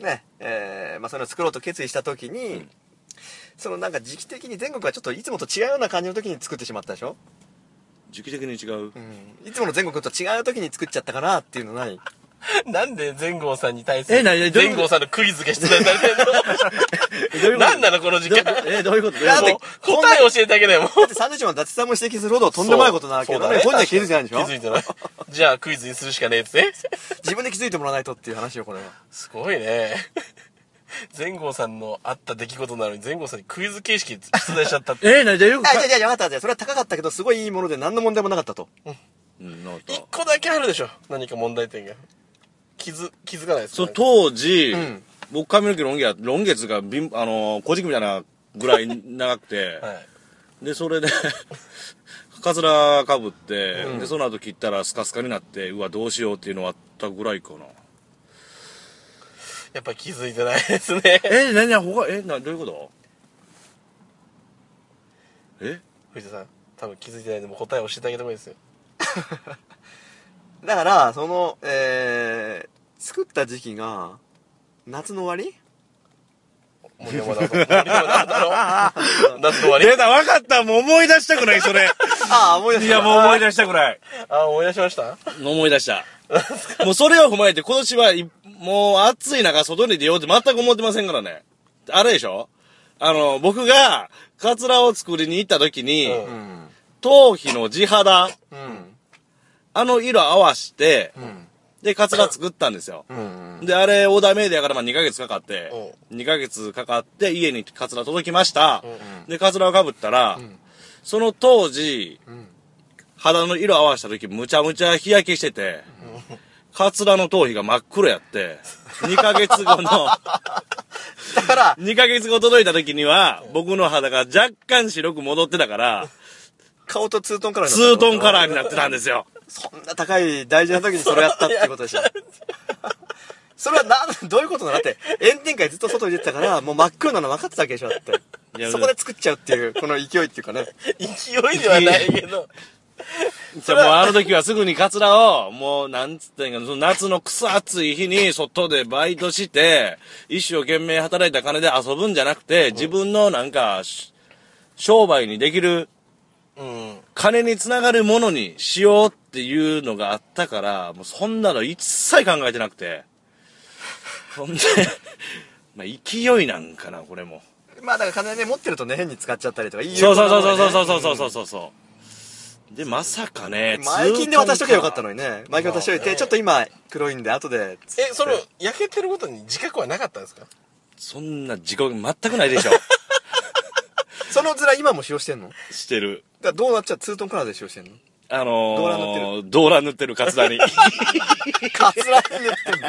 [SPEAKER 1] ね、えーまあ、それを作ろうと決意したときに、そのなんか時期的に全国がちょっといつもと違うような感じの時に作ってしまったでしょ、
[SPEAKER 3] 時期的に違う。
[SPEAKER 1] うん、いつもの全国と違う時に作っちゃったかなっていうの ない
[SPEAKER 2] なんで全豪さんに対する
[SPEAKER 3] えなにどういう
[SPEAKER 2] 全
[SPEAKER 3] こと
[SPEAKER 2] 豪さんのクイズが出題さ れてんのなんなのこの時間も
[SPEAKER 3] え、どういうこと
[SPEAKER 1] だっ
[SPEAKER 2] う
[SPEAKER 1] て
[SPEAKER 2] 答え教えてあげないもん
[SPEAKER 1] だって31番伊達さんも指摘するほどとんでもないことなわけ
[SPEAKER 2] そう
[SPEAKER 1] だ
[SPEAKER 2] だ
[SPEAKER 1] か
[SPEAKER 2] ね
[SPEAKER 1] ら本人は気づいてないんで
[SPEAKER 2] 気
[SPEAKER 1] しょ
[SPEAKER 2] づいてないじゃあクイズにするしかねえっつって
[SPEAKER 1] 自分で気づいてもらわないとっていう話よこれは
[SPEAKER 2] すごいね全豪さんのあった出来事なのに全豪さんにクイズ形式で出題しちゃったって
[SPEAKER 3] え、なにどういうこ
[SPEAKER 1] あ
[SPEAKER 3] と
[SPEAKER 1] いやいやいや分かった分かったそれは高かったけどすごいいいもので何の問題もなかったと
[SPEAKER 3] うん、なんか
[SPEAKER 2] 一個だけあるでしょ何か問題点が気づ気づかないです
[SPEAKER 3] そ
[SPEAKER 2] か
[SPEAKER 3] の当時、
[SPEAKER 1] ん
[SPEAKER 3] 僕髪の毛ロン毛や、ロン毛っつうか、びんあの、小じきみたいなぐらい長くて、
[SPEAKER 2] はい
[SPEAKER 3] で、それで、 かつらかぶって、で、その後切ったらスカスカになって、うわ、どうしようっていうのはあったぐらいかな。
[SPEAKER 2] やっぱ気づいてないですね
[SPEAKER 3] え、なになに、他、え、な、どういうことえ
[SPEAKER 2] 藤田さん多分気づいてないんでもう答え教えてあげてもいいですよ
[SPEAKER 1] だからそのえー、作った時期が夏の終わり
[SPEAKER 2] 森山直太朗森山直太 郎夏の終わり
[SPEAKER 3] た、わかったもう思い出したくない、それ。
[SPEAKER 1] ああ思い出した
[SPEAKER 3] う 思い出したくない。
[SPEAKER 2] あ、思い出しました
[SPEAKER 3] 思い出した。もうそれを踏まえて、今年はい、もう暑い中外に出ようって全く思ってませんからね。あれでしょあの、僕が、カツラを作りに行った時に、
[SPEAKER 2] うん
[SPEAKER 1] うん
[SPEAKER 3] 頭皮の地肌、
[SPEAKER 1] うん
[SPEAKER 3] あの色合わして、
[SPEAKER 1] うん
[SPEAKER 3] で、カツラ作ったんですよ。
[SPEAKER 1] うん
[SPEAKER 3] で、あれ、オーダーメイドやから、まあ、2ヶ月かかって、
[SPEAKER 2] う
[SPEAKER 3] 2ヶ月かかって、家にカツラ届きました。
[SPEAKER 2] う
[SPEAKER 3] で、カツラをかぶったら、その当時、
[SPEAKER 1] ん
[SPEAKER 3] 肌の色合わせた時、むちゃむちゃ日焼けしてて、カツラの頭皮が真っ黒やって、2ヶ月後の、
[SPEAKER 1] だから
[SPEAKER 3] 2ヶ月後届いた時には、僕の肌が若干白く戻ってたから、
[SPEAKER 1] 顔とツートンカラーに
[SPEAKER 3] ツ
[SPEAKER 1] なった
[SPEAKER 3] ートンカラーになってたんですよ。
[SPEAKER 1] そんな高い大事な時にそれやったっていうことで しょ。それはな、どういうことなのだって、炎天下にずっと外に出てたから、もう真っ黒なの分かってたわけでしょだって
[SPEAKER 3] いや。
[SPEAKER 1] そこで作っちゃうっていう、この勢いっていうかね。
[SPEAKER 2] 勢いではないけど。
[SPEAKER 3] じゃあもうあの時はすぐにカツラを、もうなんつってんか、その夏のくそ暑い日に外でバイトして、一生懸命働いた金で遊ぶんじゃなくて、自分のなんか、し商売にできる、
[SPEAKER 2] うん。
[SPEAKER 3] 金につながるものにしようっていうのがあったから、もうそんなの一切考えてなくて。ほんで、 まあ勢いなんかな、これも。
[SPEAKER 1] まあだから金ね、持ってるとね、変に使っちゃったりとか、いい
[SPEAKER 3] そうそうそうそうそうそうそうそうそう。で、まさかね、
[SPEAKER 1] 前金で渡しとけばよかった
[SPEAKER 3] の。
[SPEAKER 1] のにね。前金渡しとい
[SPEAKER 2] まあ
[SPEAKER 1] て、
[SPEAKER 2] ね
[SPEAKER 1] ちょっと今、黒いんで、後で。つって
[SPEAKER 2] え、その、焼けてることに自覚はなかったんですか
[SPEAKER 3] そんな時刻全くない でしょ。
[SPEAKER 1] その面今も使用してんのだか
[SPEAKER 3] してる。
[SPEAKER 1] らどうなっちゃうツートンカラーで使用してんの
[SPEAKER 3] あのー、
[SPEAKER 1] 動乱塗って
[SPEAKER 3] る。動乱塗ってる、カツ ラに。
[SPEAKER 1] カツラに塗ってんの。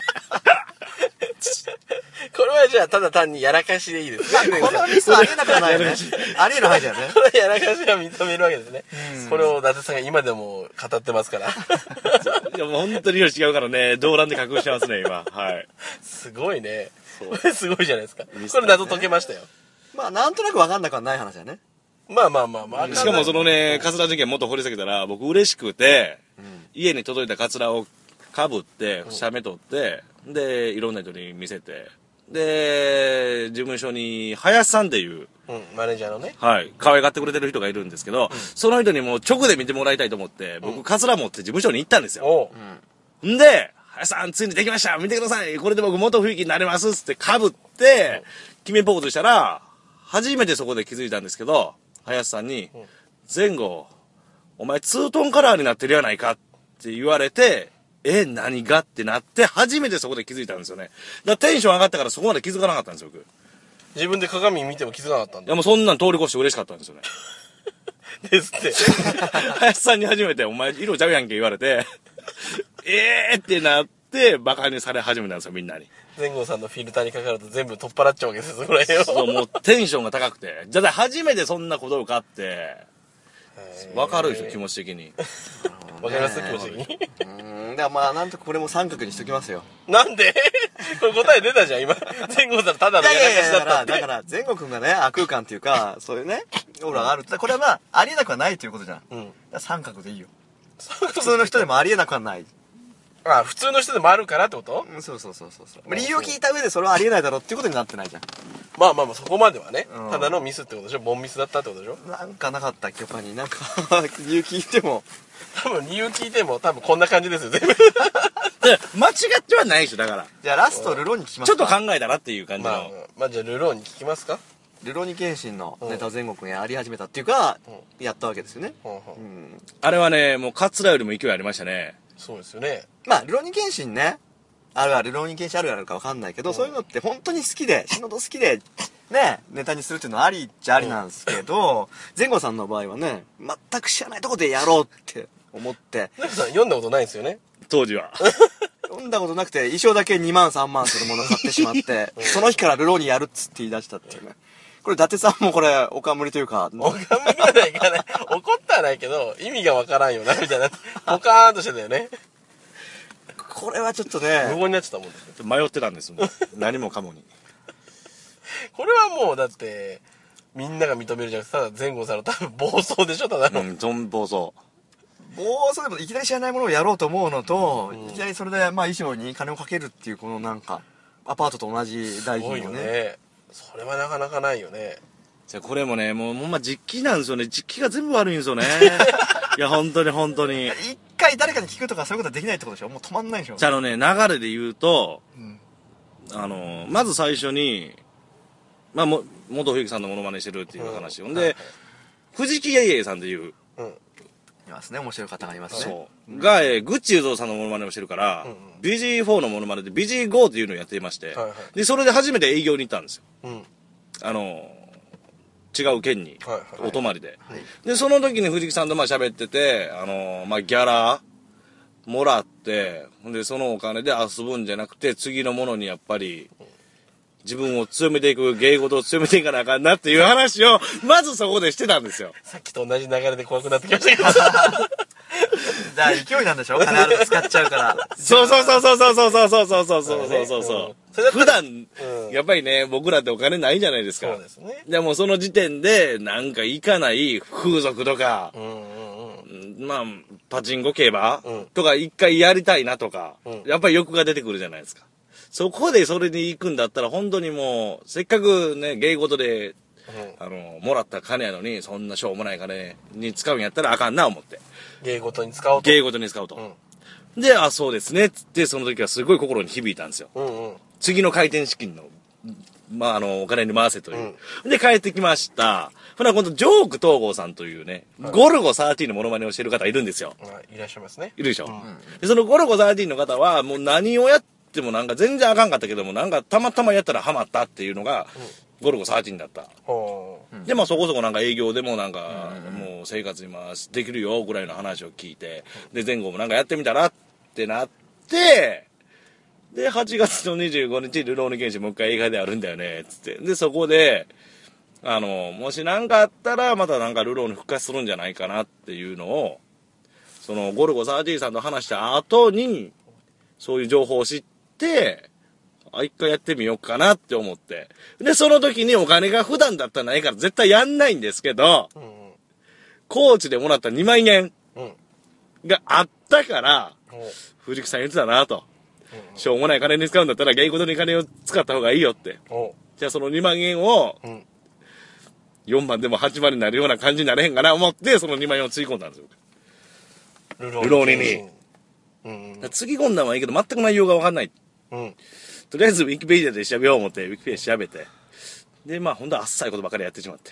[SPEAKER 2] これはじゃあ、ただ単にやらかしでいいですね。
[SPEAKER 1] このミスありえなくはないよね。ありえる範囲だよね。
[SPEAKER 2] これやらかしは認めるわけですね。これを伊達さんが今でも語ってます から。
[SPEAKER 3] いや、もう本当に色違うからね、動乱で加工してますね、今。はい。
[SPEAKER 2] すごいね
[SPEAKER 3] そう。
[SPEAKER 2] すごいじゃないですか。
[SPEAKER 3] ミスタ
[SPEAKER 2] こ
[SPEAKER 3] ーね
[SPEAKER 2] れ謎解けましたよ。
[SPEAKER 1] まあ、なんとなくわかんなくはない話だね。
[SPEAKER 2] まあまあまあまあ。
[SPEAKER 3] しかもそのね、カツラ事件もっと掘り下げたら、僕嬉しくて、家に届いたカツラをかぶって、写メ撮って、で、いろんな人に見せて、で、事務所に、林さんっていう、
[SPEAKER 2] うん、マネージャーのね。
[SPEAKER 3] はい、可愛がってくれてる人がいるんですけど、その人にもう直で見てもらいたいと思って、僕、カツラ持って事務所に行ったんですよ。
[SPEAKER 2] おう。
[SPEAKER 3] んで、林さん、ついにできました見てくださいこれで僕、元雰囲気になれますっつってかぶって、決めポーズしたら、初めてそこで気づいたんですけど、林さんに、前後、お前、ツートンカラーになってるやないかって言われて、え、何がってなって、初めてそこで気づいたんですよね。だからテンション上がったからそこまで気づかなかったんですよ、僕。い
[SPEAKER 2] 自分で鏡見ても気づかなかったんだ。
[SPEAKER 3] や、もうそんなん通り越して嬉しかったんですよね。
[SPEAKER 2] ですって。
[SPEAKER 3] 林さんに初めて、お前、色ちゃうやんけ言われて、 えーってなって、馬鹿にされ始めたんですよ、みんなに。
[SPEAKER 2] 前後さんのフィルターにかかると全部取っ払っちゃうわけですよ、これ
[SPEAKER 3] そ
[SPEAKER 2] を。
[SPEAKER 3] う、もうテンションが高くて。だって初めてそんなことがあって、わかるでしょ、気持ち的に。
[SPEAKER 2] わかります気持ち的に。
[SPEAKER 1] うーん。だからまあ、なんとかこれも三角にしときますよ。
[SPEAKER 2] なんで これ答え出たじゃん、今。前後さんただ
[SPEAKER 1] い
[SPEAKER 2] の
[SPEAKER 1] やいや
[SPEAKER 2] やらかし
[SPEAKER 1] い
[SPEAKER 2] だ
[SPEAKER 1] や、だか
[SPEAKER 2] った
[SPEAKER 1] ら、
[SPEAKER 2] っ
[SPEAKER 1] だ
[SPEAKER 2] て
[SPEAKER 1] か。ら前後君がね、悪空間っていうか、そういうね、オーラがあるって。これはまあ、ありえなくはないということじゃん。
[SPEAKER 2] う
[SPEAKER 1] だか
[SPEAKER 2] ん。
[SPEAKER 1] ら三角でいいよ。普通の人でもありえなくはない。
[SPEAKER 2] あ、普通の人でもあるからってこと
[SPEAKER 1] うん、そうそうそうそうそう。まあ理由を聞いた上でそれはありえないだろうっていうことになってないじゃん。
[SPEAKER 2] まあまあまあ、そこまではね
[SPEAKER 1] う。ん
[SPEAKER 2] ただのミスってことでしょボンミスだったってことでしょ
[SPEAKER 1] なんかなかったっけ他になんか理由聞いても
[SPEAKER 2] 多分理由聞いても多分こんな感じですよ、全部。
[SPEAKER 3] で間違ってはないでしょ、だから。
[SPEAKER 1] じゃあラストルロに聞きます
[SPEAKER 3] ちょっと
[SPEAKER 1] か
[SPEAKER 3] 考えたらっていう感じ
[SPEAKER 2] まあ
[SPEAKER 3] の。、
[SPEAKER 2] まあじゃあルローに聞きますか
[SPEAKER 1] ルロニケンシンのネタを全国にやり始めたっていうか、
[SPEAKER 2] う
[SPEAKER 1] やったわけですよね、
[SPEAKER 2] ほうほ
[SPEAKER 1] う、
[SPEAKER 2] うん
[SPEAKER 3] あれはね、もうカツラよりも勢いありましたね。
[SPEAKER 2] そうですよね。
[SPEAKER 1] まあルロニケンシンねあるあるルロニケンシンあるあるかわかんないけど、そういうのって本当に好きで死ぬほど好きでねネタにするっていうのはありっちゃありなんですけど、前後さんの場合はね全く知らないとこでやろうって思って
[SPEAKER 2] なんかさん読んだことないですよね。
[SPEAKER 3] 当時は。
[SPEAKER 1] 読んだことなくて衣装だけ2万3万するものを買ってしま って、その日からルローにやるっつって言い出したっていうねこれ伊達さんもこれおかむりというか
[SPEAKER 2] おかんまではいかない。怒ってはないけど、意味がわからんよな、みたいな。ポカーンとしてたよね。
[SPEAKER 1] これはちょっと
[SPEAKER 2] 無
[SPEAKER 1] ね
[SPEAKER 2] 言になっちゃったもんですよ
[SPEAKER 3] 迷ってたんですもん。何もかもに。
[SPEAKER 2] これはもう、だって、みんなが認めるじゃなくて、ただ前後さんの多分暴走でしょ、ただ
[SPEAKER 3] う
[SPEAKER 2] の。
[SPEAKER 3] ん、トン暴走。
[SPEAKER 1] もうそれでもいきなり知らないものをやろうと思うのと、いきなりそれでまあ衣装に金をかけるっていうこのなんかアパートと同じ大
[SPEAKER 2] すご
[SPEAKER 1] 臣
[SPEAKER 2] いよ
[SPEAKER 1] のね
[SPEAKER 2] ね。それはなかなかないよね。
[SPEAKER 3] じゃあこれもね、もうほんま実機なんですよね。実機が全部悪いんです よね。いや、本当に本当に。
[SPEAKER 1] 一回誰かに聞くとかそういうことはできないってことでしょもう止まんないでしょ
[SPEAKER 3] じゃああのね、流れで言うと、
[SPEAKER 1] うん
[SPEAKER 3] あの、まず最初に、まあ、も、元冬木さんのモノマネしてるっていう話。
[SPEAKER 2] うん
[SPEAKER 3] ほんで、藤木やいやいさんっていう、
[SPEAKER 2] うん。
[SPEAKER 1] いますね面白い方がいますね
[SPEAKER 3] そう。が、えーグッチゆゾウさんのモノマネをしてるから、
[SPEAKER 2] うんうん
[SPEAKER 3] BG4 のモノマネで BG5 っていうのをやっていまして、
[SPEAKER 2] はいはい
[SPEAKER 3] で、それで初めて営業に行ったんですよ。
[SPEAKER 2] うん。はい
[SPEAKER 3] あの、違う県に、
[SPEAKER 2] はい。
[SPEAKER 3] お泊まりで。
[SPEAKER 1] はい
[SPEAKER 3] で、その時に藤木さんとまあ喋ってて、あのーまあギャラもらって、ほんで、そのお金で遊ぶんじゃなくて、次のものにやっぱり、自分を強めていく、芸事を強めていかなあかんなっていう話を、まずそこでしてたんですよ。
[SPEAKER 2] さっきと同じ流れで怖くなってきましたけど。
[SPEAKER 1] だから勢いなんでしょ金あると使っちゃうから
[SPEAKER 3] そうそうそうそうそうそうそうそうそうそうそうそうそう
[SPEAKER 2] それだった
[SPEAKER 3] 普段
[SPEAKER 2] うん、
[SPEAKER 3] やっぱりね、僕らってお金ないじゃないですか。
[SPEAKER 2] そうですね。
[SPEAKER 3] でもうその時点で、なんか行かない風俗とか
[SPEAKER 2] う、んうんうん。
[SPEAKER 3] まあ、パチンコ競馬、
[SPEAKER 2] うん
[SPEAKER 3] とか一回やりたいなとか、
[SPEAKER 2] うん
[SPEAKER 3] やっぱり欲が出てくるじゃないですか。そこでそれに行くんだったら、本当にもう、せっかくね、芸事で、
[SPEAKER 2] うん
[SPEAKER 3] あの、もらった金やのに、そんなしょうもない金に使うんやったらあかんな思って。
[SPEAKER 2] 芸事に使おうと。
[SPEAKER 3] 芸事に使うと。で、あ、そうですね、つって、その時はすごい心に響いたんですよ。
[SPEAKER 2] うんうん。
[SPEAKER 3] 次の回転資金の、まあ、あの、お金に回せという。で、帰ってきました。ほな、今度、ジョーク東郷さんというね、ゴルゴ13のモノマネをしてる方いるんですよ。
[SPEAKER 2] まあいらっしゃいますね。
[SPEAKER 3] いるでしょ。で、そのゴルゴ13の方は、もう何をやってもなんか全然あかんかったけども、なんかたまたまやったらハマったっていうのが、ゴルゴ13だった。
[SPEAKER 2] ほう。
[SPEAKER 3] で、まあそこそこなんか営業でもなんか、もう生活今できるよぐらいの話を聞いて、で、前後もなんかやってみたらってなって、で、8月の25日、ルローニケンシもう一回映画であるんだよね、つって。で、そこで、あの、もし何かあったら、またなんかルローに復活するんじゃないかなっていうのを、その、ゴルゴ13さんと話した後に、そういう情報を知って、あ、一回やってみようかなって思って。で、その時にお金が普段だったらないから絶対やんないんですけど、
[SPEAKER 2] うん
[SPEAKER 3] コーチでもらった2万円
[SPEAKER 2] うん。うん。
[SPEAKER 3] があったから、
[SPEAKER 2] ほう。
[SPEAKER 3] 藤木さん言ってたなと。しょうもない金に使うんだったら、芸事に金を使った方がいいよって。
[SPEAKER 2] ほ
[SPEAKER 3] じゃあその2万円を
[SPEAKER 2] う。うん。
[SPEAKER 3] 4番でも8番になるような感じになれへんかな思って、その2万円をつぎ込んだんですよ。
[SPEAKER 2] ル
[SPEAKER 3] ルローニに。
[SPEAKER 2] うん
[SPEAKER 3] だからつぎ込んだのはいいけど、全く内容がわかんない。
[SPEAKER 2] うん。うん。
[SPEAKER 3] とりあえずウィキペディアで調べよう思って、ウィキペディア調べて。で、まあ、ほんとあっさいことばっかりやってしまって。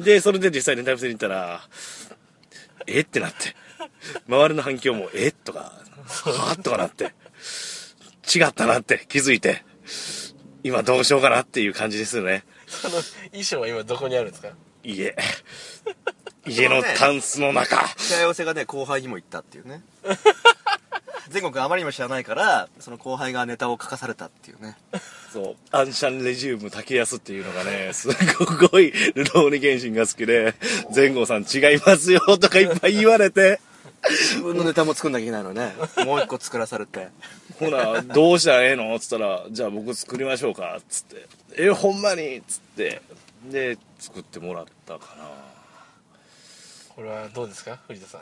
[SPEAKER 3] で、それで実際にタイプに行ったら、えってなって。周りの反響も、えとか、はとかなって。違ったなって気づいて、今どうしようかなっていう感じですよね。
[SPEAKER 2] あの、衣装は今どこにあるんですか
[SPEAKER 3] 家。家のタンスの中。
[SPEAKER 1] し合わせがね後輩にも行ったっていうね全国あまりにも知らないからその後輩がネタを書かされたっていうね
[SPEAKER 3] そう、アンシャンレジウム竹安っていうのがね、すごい、ルローニケンシンが好きで、前後さん違いますよとかいっぱい言われて、
[SPEAKER 1] 自分のネタも作んなきゃいけないのねもう一個作らされて
[SPEAKER 3] ほな、どうしたらええのつったら、じゃあ僕作りましょうか、つって。え、ほんまにつって。で、作ってもらったか
[SPEAKER 2] これはどうですか藤田さん。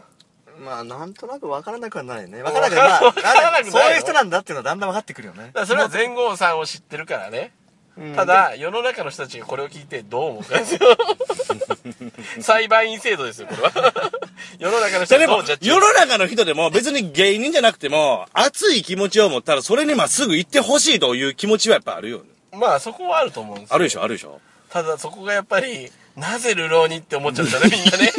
[SPEAKER 1] まあなんとなく分からなくはないね分からなくはない、まあ、
[SPEAKER 2] 分からなくないよ
[SPEAKER 1] そういう人なんだっていうのはだんだん分かってくるよね
[SPEAKER 2] だからそれは全豪さんを知ってるからね、
[SPEAKER 1] うん
[SPEAKER 2] ただ世の中の人たちがこれを聞いてどう思うか ですよ裁判員制度ですよこれは 世の中の人
[SPEAKER 3] ら。
[SPEAKER 2] は
[SPEAKER 3] で
[SPEAKER 2] ど
[SPEAKER 3] も
[SPEAKER 2] うジャッ、ジ
[SPEAKER 3] 世の中の人でも別に芸人じゃなくても、熱い気持ちを持ったらそれにまっすぐ行ってほしいという気持ちはやっぱあるよね。
[SPEAKER 2] まあそこはあると思うんですよ
[SPEAKER 3] あるでしょ、あるでしょ。
[SPEAKER 2] ただそこがやっぱりなぜ流浪にって思っちゃったねみん なね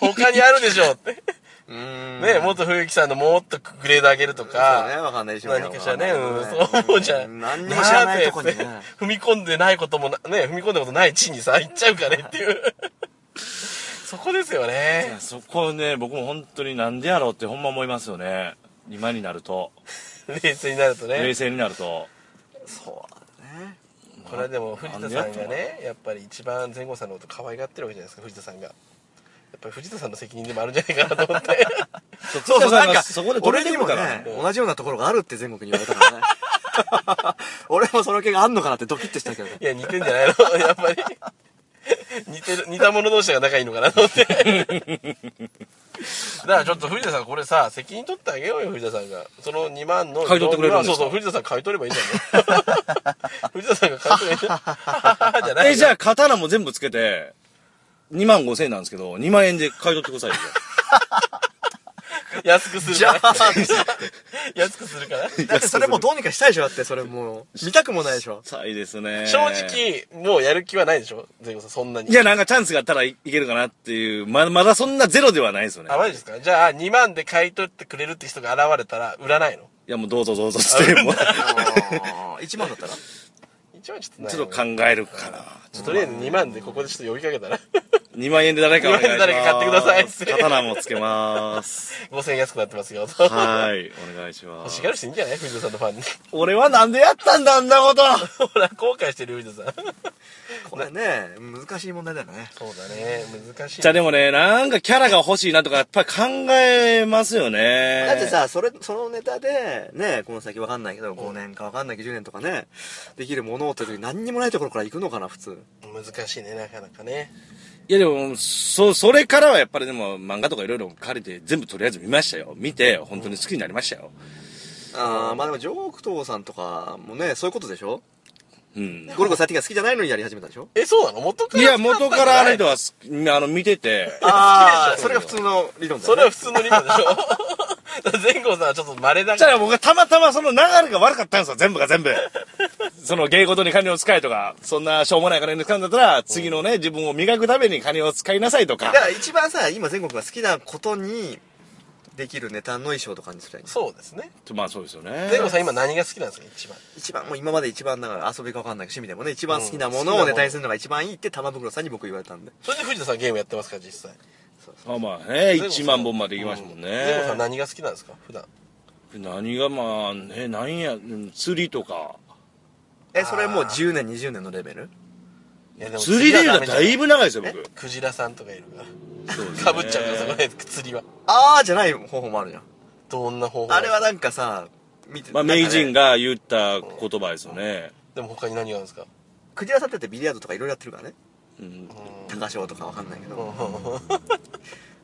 [SPEAKER 2] 他にあるでしょうって
[SPEAKER 1] うーん
[SPEAKER 2] ね元冬木さんのもっとグレード上げると
[SPEAKER 1] そう
[SPEAKER 2] か
[SPEAKER 1] ね分かんないし
[SPEAKER 2] 何かしらね、うん、
[SPEAKER 1] わかん
[SPEAKER 2] そう思うじゃ。
[SPEAKER 1] うん何にも知らないとこにね
[SPEAKER 2] なぜって踏み込んでないこともな、ね、踏み込んだことない地にさ、行っちゃうかねっていう。そこですよ
[SPEAKER 3] いや
[SPEAKER 2] ね。
[SPEAKER 3] そこね、僕も本当になんでやろうってほんま思いますよね。今になると。
[SPEAKER 2] 冷静になると
[SPEAKER 3] 冷
[SPEAKER 2] ね。
[SPEAKER 3] 静になると。
[SPEAKER 1] そうだね
[SPEAKER 2] これはでも藤田さんが
[SPEAKER 3] なんでや
[SPEAKER 2] ね、やっぱり一番前後さんのこと可愛がってるわけじゃないですか、藤田さんが。やっぱり藤田さんの責任でもあるんじゃないかなと思って。
[SPEAKER 1] そうそう、なんか、
[SPEAKER 3] そこで取
[SPEAKER 1] 俺
[SPEAKER 3] れて
[SPEAKER 1] に
[SPEAKER 3] く
[SPEAKER 1] も
[SPEAKER 3] から
[SPEAKER 1] ね、。同じようなところがあるって全国に言われたからね。 俺もその気があんのかなってドキッとしたけどね。
[SPEAKER 2] いや、似てんじゃないの やっぱり。似てる、似た者同士が仲いいのかなと思って。 だからちょっと藤田さん、これさ、責任取ってあげようよ、藤田さんが。その2万の。
[SPEAKER 3] 買い取ってくれるんですか
[SPEAKER 2] そうそう、藤田さん買い取ればいいじゃん ね。藤田さんが買い取 ればいいじゃん。じゃないよ
[SPEAKER 3] え、じゃあ、刀も全部つけて、2万5千円なんですけど、2万円で買い取ってくださいよ。
[SPEAKER 2] 安くする から。安くするから。
[SPEAKER 1] だってそれもうどうにかしたいでしょだってそれ もう、見たくもないでしょ
[SPEAKER 3] さいですね。
[SPEAKER 2] 正。直、もうやる気はないでしょゼゴさん、そんなに。
[SPEAKER 3] いや、なんかチャンスがあったらいいけるかなっていう、ま、まだそんなゼロではないですよね
[SPEAKER 2] あ、。マジですかじゃあ、2万で買い取ってくれるって人が現れたら、売らないの
[SPEAKER 3] いや、もうどうぞどうぞして、もう、
[SPEAKER 1] あー1万だ ったら
[SPEAKER 2] 一応ちょっとない
[SPEAKER 3] ちょっと考えるかな。
[SPEAKER 2] ちょっととりあえず2万でここでちょっと呼びかけ たら。
[SPEAKER 3] 2万円で誰かお願いします。
[SPEAKER 2] 2万円で誰か買ってくださいっす
[SPEAKER 3] 刀もつけ ます。
[SPEAKER 2] 5000円安くなってます よ。
[SPEAKER 3] はい、お願いしま
[SPEAKER 2] 欲し
[SPEAKER 3] す
[SPEAKER 2] が。る人いいんじゃない藤田さんのファンに。
[SPEAKER 3] 俺はなんでやったんだ、あんなこと
[SPEAKER 2] ほら、後悔してる藤田さん。
[SPEAKER 1] これね、難しい問題だよね。
[SPEAKER 2] そうだね、難しい。
[SPEAKER 3] じゃあでもね、なんかキャラが欲しいなとか、やっぱり考えますよね。
[SPEAKER 1] だって、さ、それ、そのネタで、ね、この先わかんないけど、5年かわかんないけど10年とかね、できるものをって時何にもないところから行くのかな、普通。
[SPEAKER 2] 難しいね、なかなかね。
[SPEAKER 3] いやでも、そ、それからはやっぱりでも漫画とかいろいろ借りて全部とりあえず見ましたよ。見て、本当に好きになりましたよ。
[SPEAKER 1] あー、まあでも、ジョークトーさんとかもね、そういうことでしょ
[SPEAKER 3] うん。
[SPEAKER 1] ゴルゴサティが好きじゃないのにやり始めたでしょ
[SPEAKER 2] え、そうなの元か
[SPEAKER 3] い
[SPEAKER 2] ら。
[SPEAKER 3] や、元からあの人はす、あの、見てて、
[SPEAKER 1] あ
[SPEAKER 2] 好きでしょ
[SPEAKER 1] それが普通の理論だ
[SPEAKER 2] そ
[SPEAKER 1] よ
[SPEAKER 2] れは
[SPEAKER 1] ね。
[SPEAKER 2] 普通の理論でしょ。 前後さんはちょっと稀だ
[SPEAKER 3] じ
[SPEAKER 2] から
[SPEAKER 3] ゃあ僕はたまたまその流れが悪かったんですよ、全部が全部。その芸事に金を使えとか、そんなしょうもない金を使うんだったら、次のね、自分を磨くために金を使いなさいとか
[SPEAKER 1] だ。から一番さ今全国が好きなことにできるネタの衣装とかにすればいい
[SPEAKER 2] そうですね
[SPEAKER 3] まあそうですよね
[SPEAKER 2] 前後さん今何が好きなんですか一番
[SPEAKER 1] 一番もう今まで一番だから遊びかわかんない趣味でもね一番好きなものをネタにするのが一番いいって玉袋さんに僕言われたんで
[SPEAKER 2] それで藤田さんゲームやってますから実際
[SPEAKER 3] まあまあね、1万本まで行きましたもん
[SPEAKER 2] 前後さん
[SPEAKER 3] ね。
[SPEAKER 2] 何が好きなんですか普段
[SPEAKER 3] 何がまあね、なんや、うん釣りとか。
[SPEAKER 1] えそれもう10年20年のレベル
[SPEAKER 2] いやでも
[SPEAKER 3] 釣りで言うの
[SPEAKER 2] はダ
[SPEAKER 3] は
[SPEAKER 2] メじゃ
[SPEAKER 3] だ
[SPEAKER 2] ん
[SPEAKER 3] いぶ長いですよ、僕。
[SPEAKER 2] クジラさんとかいるか
[SPEAKER 3] そうですね
[SPEAKER 2] らかぶっちゃうからそこで釣りは
[SPEAKER 1] ああじゃない方法もあるじゃん
[SPEAKER 2] どんな方法
[SPEAKER 1] あれはなんかさ見て
[SPEAKER 3] まあ
[SPEAKER 1] なんかね
[SPEAKER 3] 名人が言った言葉ですよね。
[SPEAKER 2] でも他に何があるんですか
[SPEAKER 1] クジラさんってだってビリヤードとかいろいろやってるからね
[SPEAKER 3] うん
[SPEAKER 1] 高潮とかわかんないけ
[SPEAKER 2] うん
[SPEAKER 1] ど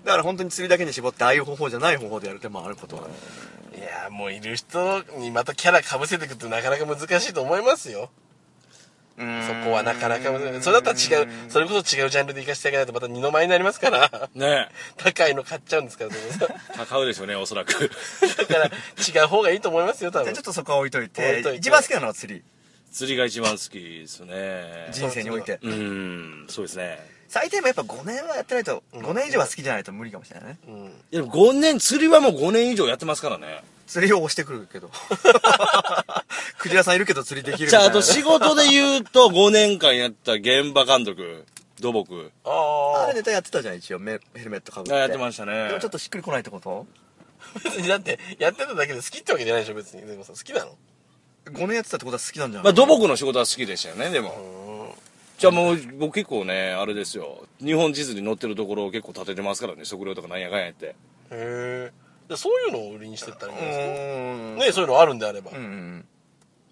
[SPEAKER 1] だから本当に釣りだけに絞ってああいう方法じゃない方法でやる手もあることはある
[SPEAKER 2] いやもういる人にまたキャラかぶせてくってなかなか難しいと思いますよそこはなかなか難しいそれだったら違うそれこそ違うジャンルで生かしていかないとまた二の舞になりますから
[SPEAKER 3] ね
[SPEAKER 2] 高いの買っちゃうんですからどうぞ
[SPEAKER 3] 高うでしょうね、おそらく。
[SPEAKER 2] だから違う方がいいと思いますよ多
[SPEAKER 1] じゃ
[SPEAKER 2] 分
[SPEAKER 1] あちょっとそこは置いといて
[SPEAKER 2] 置いといて
[SPEAKER 1] 一番好きなのは釣り
[SPEAKER 3] 釣りが一番好きですね。
[SPEAKER 1] 人生において
[SPEAKER 3] うん、そうですね。
[SPEAKER 1] 最低もやっぱ5年はやってないと5年以上は好きじゃないと無理かもしれないね
[SPEAKER 2] うん
[SPEAKER 3] いや、5年、釣りはもう5年以上やってますからね。
[SPEAKER 1] 釣りを押してくる けどクジラさんいるけど釣りできるみ
[SPEAKER 3] じゃ
[SPEAKER 1] た
[SPEAKER 3] あ、
[SPEAKER 1] い
[SPEAKER 3] あ
[SPEAKER 1] なね
[SPEAKER 3] と仕事で言うと5年間やった現場監督、土木。
[SPEAKER 1] あ
[SPEAKER 2] あ
[SPEAKER 1] れネタやってたじゃん一応メヘルメットかぶって
[SPEAKER 3] やってましたね
[SPEAKER 1] でもちょっとしっくりこないってこと
[SPEAKER 2] あ別 にだってやってただけで好きってわけじゃないでしょ別にでもさ好きなの
[SPEAKER 1] ?5 年やってたってことは好きなんじゃない
[SPEAKER 3] まあ、土木の仕事は好きでしたよね、でも。じゃあもう、僕結構ね、あれですよ。日本地図に載ってるところを結構立ててますからね、食料とかなんやかんやって。
[SPEAKER 2] へえそういうのを売りにしてったらいいんじゃないです
[SPEAKER 1] う
[SPEAKER 2] か
[SPEAKER 1] ん
[SPEAKER 2] ねそういうのあるんであれば、
[SPEAKER 1] うん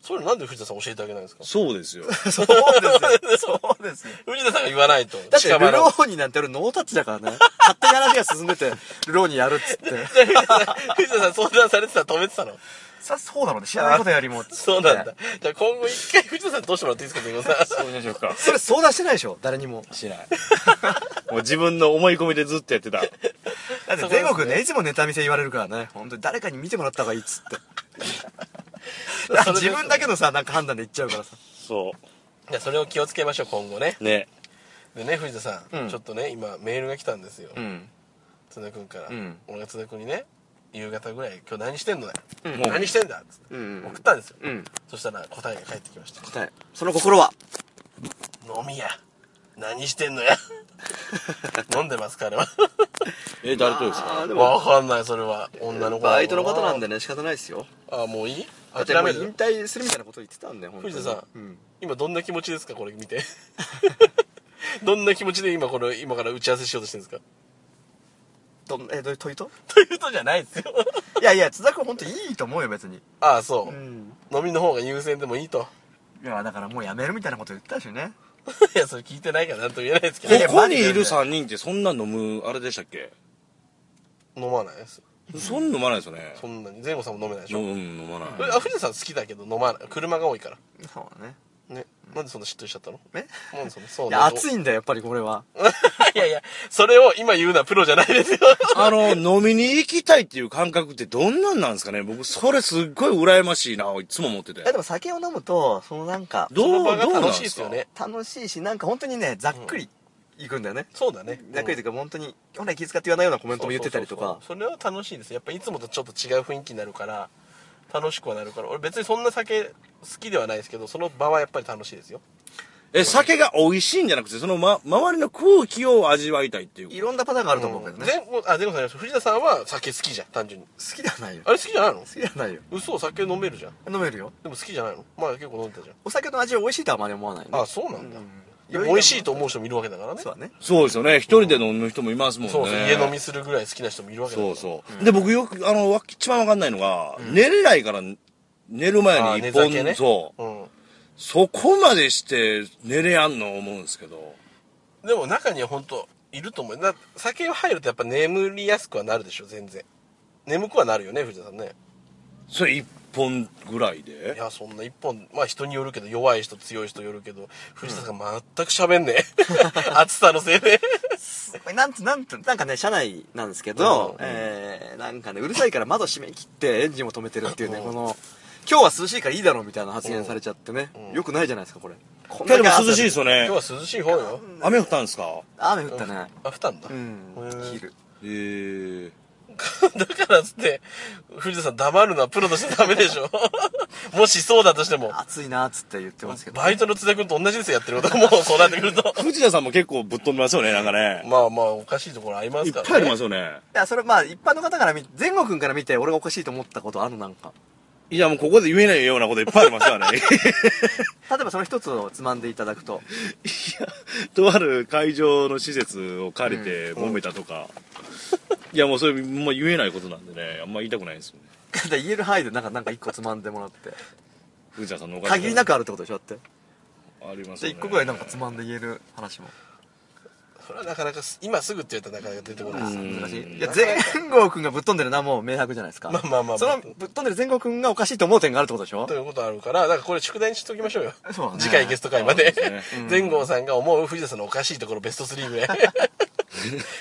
[SPEAKER 2] そういうのなんで藤田さん教えてあげないんです か
[SPEAKER 3] そうですよ。
[SPEAKER 1] そう ですよそうですよ
[SPEAKER 2] 藤田さんが言わないと
[SPEAKER 1] だってル
[SPEAKER 2] 近場の
[SPEAKER 1] ローニなんて俺ノータッチだから ね勝手に話が進んでてルローニやるっつって
[SPEAKER 2] 藤田さん 藤田さん相談されてたら止めてたの
[SPEAKER 1] さそうだろうね知らないことよりも
[SPEAKER 2] そうなんだじゃあ今後一回藤田さんどうしてもらっていいですかって さ
[SPEAKER 3] そうしましょうか。
[SPEAKER 1] それ相談してないでしょ誰にも
[SPEAKER 3] し ない。もう自分の思い込みでずっとやってた。
[SPEAKER 1] だって全国ねいつもネタ見せ言われるからね本当に誰かに見てもらった方がいいっ つってだから自分だけのさなんか判断で言っちゃうからさ
[SPEAKER 3] そ
[SPEAKER 2] じゃあそれを気をつけましょう今後ね
[SPEAKER 3] う。ね。
[SPEAKER 2] でね藤田さん、
[SPEAKER 1] うん
[SPEAKER 2] ちょっとね今メールが来たんですよ、
[SPEAKER 1] ん
[SPEAKER 2] 津田君から、
[SPEAKER 1] うん
[SPEAKER 2] 俺が津田君にね夕方ぐらい「今日何してんのだよ、
[SPEAKER 1] ん
[SPEAKER 2] 何してんだ」っつって、
[SPEAKER 1] うん
[SPEAKER 2] 送ったんですよ、
[SPEAKER 1] うん
[SPEAKER 2] そしたら答えが返ってきました
[SPEAKER 1] 答えその心は
[SPEAKER 2] 「飲みや何してんの や飲んでます彼は
[SPEAKER 3] え、誰とですか
[SPEAKER 1] あでも
[SPEAKER 2] わかんないそれは女の子
[SPEAKER 1] バイトの方なんで
[SPEAKER 2] で
[SPEAKER 1] ね仕方ないですよ
[SPEAKER 2] あもういい
[SPEAKER 1] だって
[SPEAKER 2] 諦
[SPEAKER 1] もう
[SPEAKER 2] め
[SPEAKER 1] 引
[SPEAKER 2] る
[SPEAKER 1] 退するみたいなこと言ってたんで本当に
[SPEAKER 2] 藤田さん、
[SPEAKER 1] うん
[SPEAKER 2] 今どんな気持ちですかこれ見て どんな気持ちで今これ今から打ち合わせしようとしてるんですか
[SPEAKER 1] どんえどういう問い と
[SPEAKER 2] というとじゃないですよ
[SPEAKER 1] いやいや津田君本当いいと思うよ別に
[SPEAKER 2] ああそう、
[SPEAKER 1] ん
[SPEAKER 2] 飲みの方が優先でもいいと
[SPEAKER 1] いやだからもうやめるみたいなこと言ってたしね
[SPEAKER 2] いやそれ聞いてないからなんとも言えないですけど
[SPEAKER 1] や
[SPEAKER 3] ここにいる3人ってそんな飲む、あれでしたっけ
[SPEAKER 2] 飲まないです
[SPEAKER 3] そんな飲まないですよね。
[SPEAKER 2] そんなに前後さんも飲めないでし
[SPEAKER 3] 飲
[SPEAKER 2] ょ、
[SPEAKER 3] む、飲まない。
[SPEAKER 2] あ藤田さん好きだけど飲まない車が多いから
[SPEAKER 1] そうだね
[SPEAKER 2] ねなんでそんな嫉妬しちゃったの
[SPEAKER 1] え
[SPEAKER 2] なんでそんなそう
[SPEAKER 1] い
[SPEAKER 2] な
[SPEAKER 1] や
[SPEAKER 2] の
[SPEAKER 1] 熱いんだよやっぱりこれは
[SPEAKER 2] いやいやそれを今言うのはプロじゃないですよ
[SPEAKER 3] あの、飲みに行きたいっていう感覚ってどんなんなんですかね僕、それすっごい羨ましいな、いつも思ってて
[SPEAKER 1] いや。でも酒を飲むとそのなんか
[SPEAKER 3] どう、
[SPEAKER 2] その場
[SPEAKER 3] ど
[SPEAKER 2] が
[SPEAKER 3] うなん
[SPEAKER 2] 楽
[SPEAKER 3] で
[SPEAKER 2] しいです
[SPEAKER 3] す
[SPEAKER 2] よ
[SPEAKER 3] か
[SPEAKER 2] ね
[SPEAKER 1] 楽しいしなんか本当にねざっくりいくんだよね、
[SPEAKER 2] そうだね
[SPEAKER 1] ざっくりというか本当に本来気遣って言わないようなコメントも言ってたりと
[SPEAKER 2] そうそう
[SPEAKER 1] か
[SPEAKER 2] そうそれは楽しいですやっぱいつもとちょっと違う雰囲気になるから楽しくはなるから俺別にそんな酒好きではないですけどその場はやっぱり楽しいですよ
[SPEAKER 3] え、酒が美味しいんじゃなくて、その、ま、周りの空気を味わいたいっていう。
[SPEAKER 1] いろんなパターンがあると思うけどね、
[SPEAKER 2] 前後あ前後さんいらっしゃる藤田さんは酒好きじゃん単純に
[SPEAKER 1] 好きじゃないよ
[SPEAKER 2] あれ好きじゃないの
[SPEAKER 1] 好きじゃないよ
[SPEAKER 2] 嘘酒飲めるじゃん
[SPEAKER 1] 飲めるよ
[SPEAKER 2] でも好きじゃないの前結構飲んでたじゃん
[SPEAKER 1] お酒の味は美味しいとはあまり思わないよね
[SPEAKER 2] あそうなんだ、
[SPEAKER 1] ん
[SPEAKER 2] でも美味しいと思う人もいるわけだからね
[SPEAKER 1] そうだね
[SPEAKER 3] そうですよね。一人で飲む人もいますもんね。
[SPEAKER 2] そうそう家飲みするぐらい好きな人もいるわけだ
[SPEAKER 3] そうそう。で、僕よく、あの、わ一番わかんないのが、寝れないから、寝る前
[SPEAKER 2] あ
[SPEAKER 3] に
[SPEAKER 2] 寝
[SPEAKER 3] 一本、
[SPEAKER 2] 酒ね
[SPEAKER 3] そう。
[SPEAKER 2] うん
[SPEAKER 3] そこまでして寝れやんの思うんですけど。
[SPEAKER 2] でも中には本当いると思うな酒が入るとやっぱ眠りやすくはなるでしょ全然眠くはなるよね藤田さんね
[SPEAKER 3] それ一本ぐらい
[SPEAKER 2] い
[SPEAKER 3] で
[SPEAKER 2] やそんな一本まあ人によるけど弱い人 強い人よるけど藤田さんが全く喋んねえ暑さのせいで
[SPEAKER 1] なんつ、なんつ、なんかね、車内なんですけど、
[SPEAKER 2] うん
[SPEAKER 1] えー、なんかね、うるさいから窓閉め切ってエンジンも止めてるっていうね、この、今日は涼しいからいいだろうみたいな発言されちゃってね、
[SPEAKER 2] うん
[SPEAKER 1] よくないじゃないですか、これ。こん
[SPEAKER 3] け
[SPEAKER 1] だ
[SPEAKER 3] ど
[SPEAKER 1] け
[SPEAKER 3] も
[SPEAKER 1] 朝
[SPEAKER 3] 涼しいですよ
[SPEAKER 2] 今
[SPEAKER 3] ね
[SPEAKER 2] 日。は涼しい方よ。
[SPEAKER 3] 雨降ったんですか
[SPEAKER 1] 雨降ったね。
[SPEAKER 2] あ、降ったんだ。
[SPEAKER 1] うん
[SPEAKER 2] へー、
[SPEAKER 1] 昼。
[SPEAKER 3] えー。
[SPEAKER 2] だからっつって、藤田さん黙るのはプロとしてダメでしょ。 もしそうだとしても。
[SPEAKER 1] 暑いなっつって言ってますけど。
[SPEAKER 2] バイトの津田君と同じですよ、やってること。もうそうなってくる と。
[SPEAKER 3] 藤田さんも結構ぶっ飛びますよね、なんかね。
[SPEAKER 2] まあまあ、おかしいところありま
[SPEAKER 3] い
[SPEAKER 2] す
[SPEAKER 3] っ
[SPEAKER 2] から、ね。
[SPEAKER 3] ぱいありますよね。
[SPEAKER 1] いや、それまあ、一般の方から見、前後君から見て俺がおかしいと思ったことあるなんか。
[SPEAKER 3] いや、もうここで言えないようなこといっぱいありますよね。
[SPEAKER 1] 例えばその一つをつまんでいただくと。
[SPEAKER 3] いや、 とある会場の施設を借りて揉めたとか。いや、もうそれ、もう言えないことなんでね、あんま言いたくないんですよね。
[SPEAKER 1] で言える範囲でなんか、なんか一個つまんでもらって。
[SPEAKER 3] 藤田さんのおかげ
[SPEAKER 1] 限りなくあるってことでしょだって。
[SPEAKER 3] あります
[SPEAKER 1] じゃあ
[SPEAKER 3] よ
[SPEAKER 1] 一
[SPEAKER 3] ね。
[SPEAKER 1] 個ぐらいなんかつまんで言える話も。
[SPEAKER 2] それはなかなかす、今すぐって言ったらなかなか出てこないです。
[SPEAKER 1] 難しい。いや、前後君がぶっ飛んでるな、もう明白じゃないですか。
[SPEAKER 2] まあまあまあ
[SPEAKER 1] そのぶっ飛んでる前後君がおかしいと思う点があるってことでしょ
[SPEAKER 2] ということあるから、だからこれ宿題にしときましょう よ。
[SPEAKER 1] そうだね
[SPEAKER 2] 次回ゲスト会まで。
[SPEAKER 3] そうです
[SPEAKER 2] 全豪さんが思う藤田さんのおかしいところベスト3ぐらい。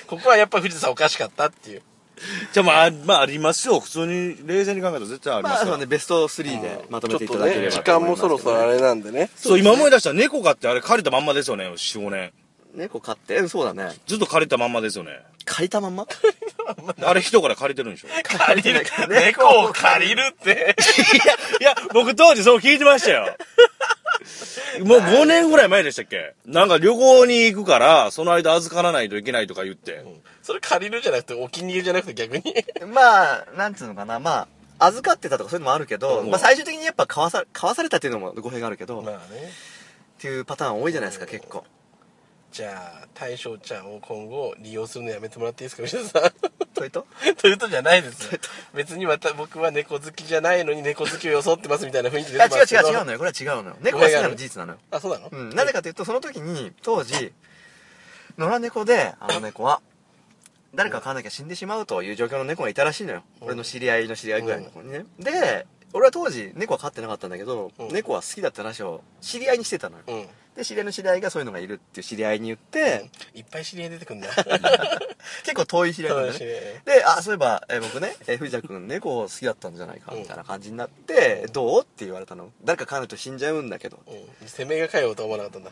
[SPEAKER 2] ここはやっぱ藤田さんおかしかったっていう。
[SPEAKER 3] じゃあまあ、まあありますよ。普通に冷静に考えたら絶対あり
[SPEAKER 1] ま
[SPEAKER 3] ま
[SPEAKER 1] あ、
[SPEAKER 3] す
[SPEAKER 1] そ
[SPEAKER 3] よ。
[SPEAKER 1] うね、ベスト3でまとめていただければ、
[SPEAKER 2] 時間もそろそろあれなんでね。
[SPEAKER 3] そう、今思い出した猫飼ってあれ借りたまんまですよね、4、5年。
[SPEAKER 1] 猫飼って、うんそうだね。
[SPEAKER 3] ずっと借りたまんまです よね。
[SPEAKER 1] 借りたまんま
[SPEAKER 3] あれ人から借りてるん でしょい
[SPEAKER 2] 借りる。猫を借りるって。
[SPEAKER 3] や、僕当時そう聞いてましたよ。 もう5年ぐらい前でしたっけなんか旅行に行くから、その間預からないといけないとか言って。
[SPEAKER 2] それ借りるじゃなくて、お気に入りじゃなくて逆に。
[SPEAKER 1] まあ、なんつうのかな、まあ、預かってたとかそういうのもあるけど、
[SPEAKER 3] うん
[SPEAKER 1] まあ最終的にやっぱ買わさ、買わされたっていうのも語弊があるけど、っ
[SPEAKER 2] まあね。
[SPEAKER 1] ていうパターン多いじゃないですか、結構。
[SPEAKER 2] じゃあ、大将ちゃんを今後利用するのやめてもらっていいですか、藤田さん。
[SPEAKER 1] それと
[SPEAKER 2] というとじゃないですよ。別にまた僕は猫好きじゃないのに猫好きを装ってますみたいな雰囲気
[SPEAKER 1] い
[SPEAKER 2] で
[SPEAKER 1] や、違う違う違うのよ。これは違うのよ。猫が好きなのは事実なのよ。
[SPEAKER 2] あ、そうなの
[SPEAKER 1] うん、なぜかというと、その時に、当時、野良猫で、あの猫は、誰か飼わなきゃ死んでしまうという状況の猫がいたらしいのよ。
[SPEAKER 2] うん
[SPEAKER 1] 俺の知り合いの知り合いぐらいの子にね。で、俺は当時、猫は飼ってなかったんだけど
[SPEAKER 2] うん、
[SPEAKER 1] 猫は好きだって話を知り合いにしてたのよ。
[SPEAKER 2] うん。
[SPEAKER 1] で、知り合いの知り合いがそういうのがいるっていう知り合いに言って、
[SPEAKER 2] いっぱい知り合い出てくんな。
[SPEAKER 1] 結構遠い知り合いなんだ
[SPEAKER 2] 遠い知
[SPEAKER 1] ね
[SPEAKER 2] り合い。
[SPEAKER 1] で、あ、そういえば、えー僕ね、えー藤田君猫好きだったんじゃないか、みたいな感じになって、どうって言われたの。誰か飼わないと死んじゃうんだけど。
[SPEAKER 2] うん。攻めがかようとは思わなかったんだ。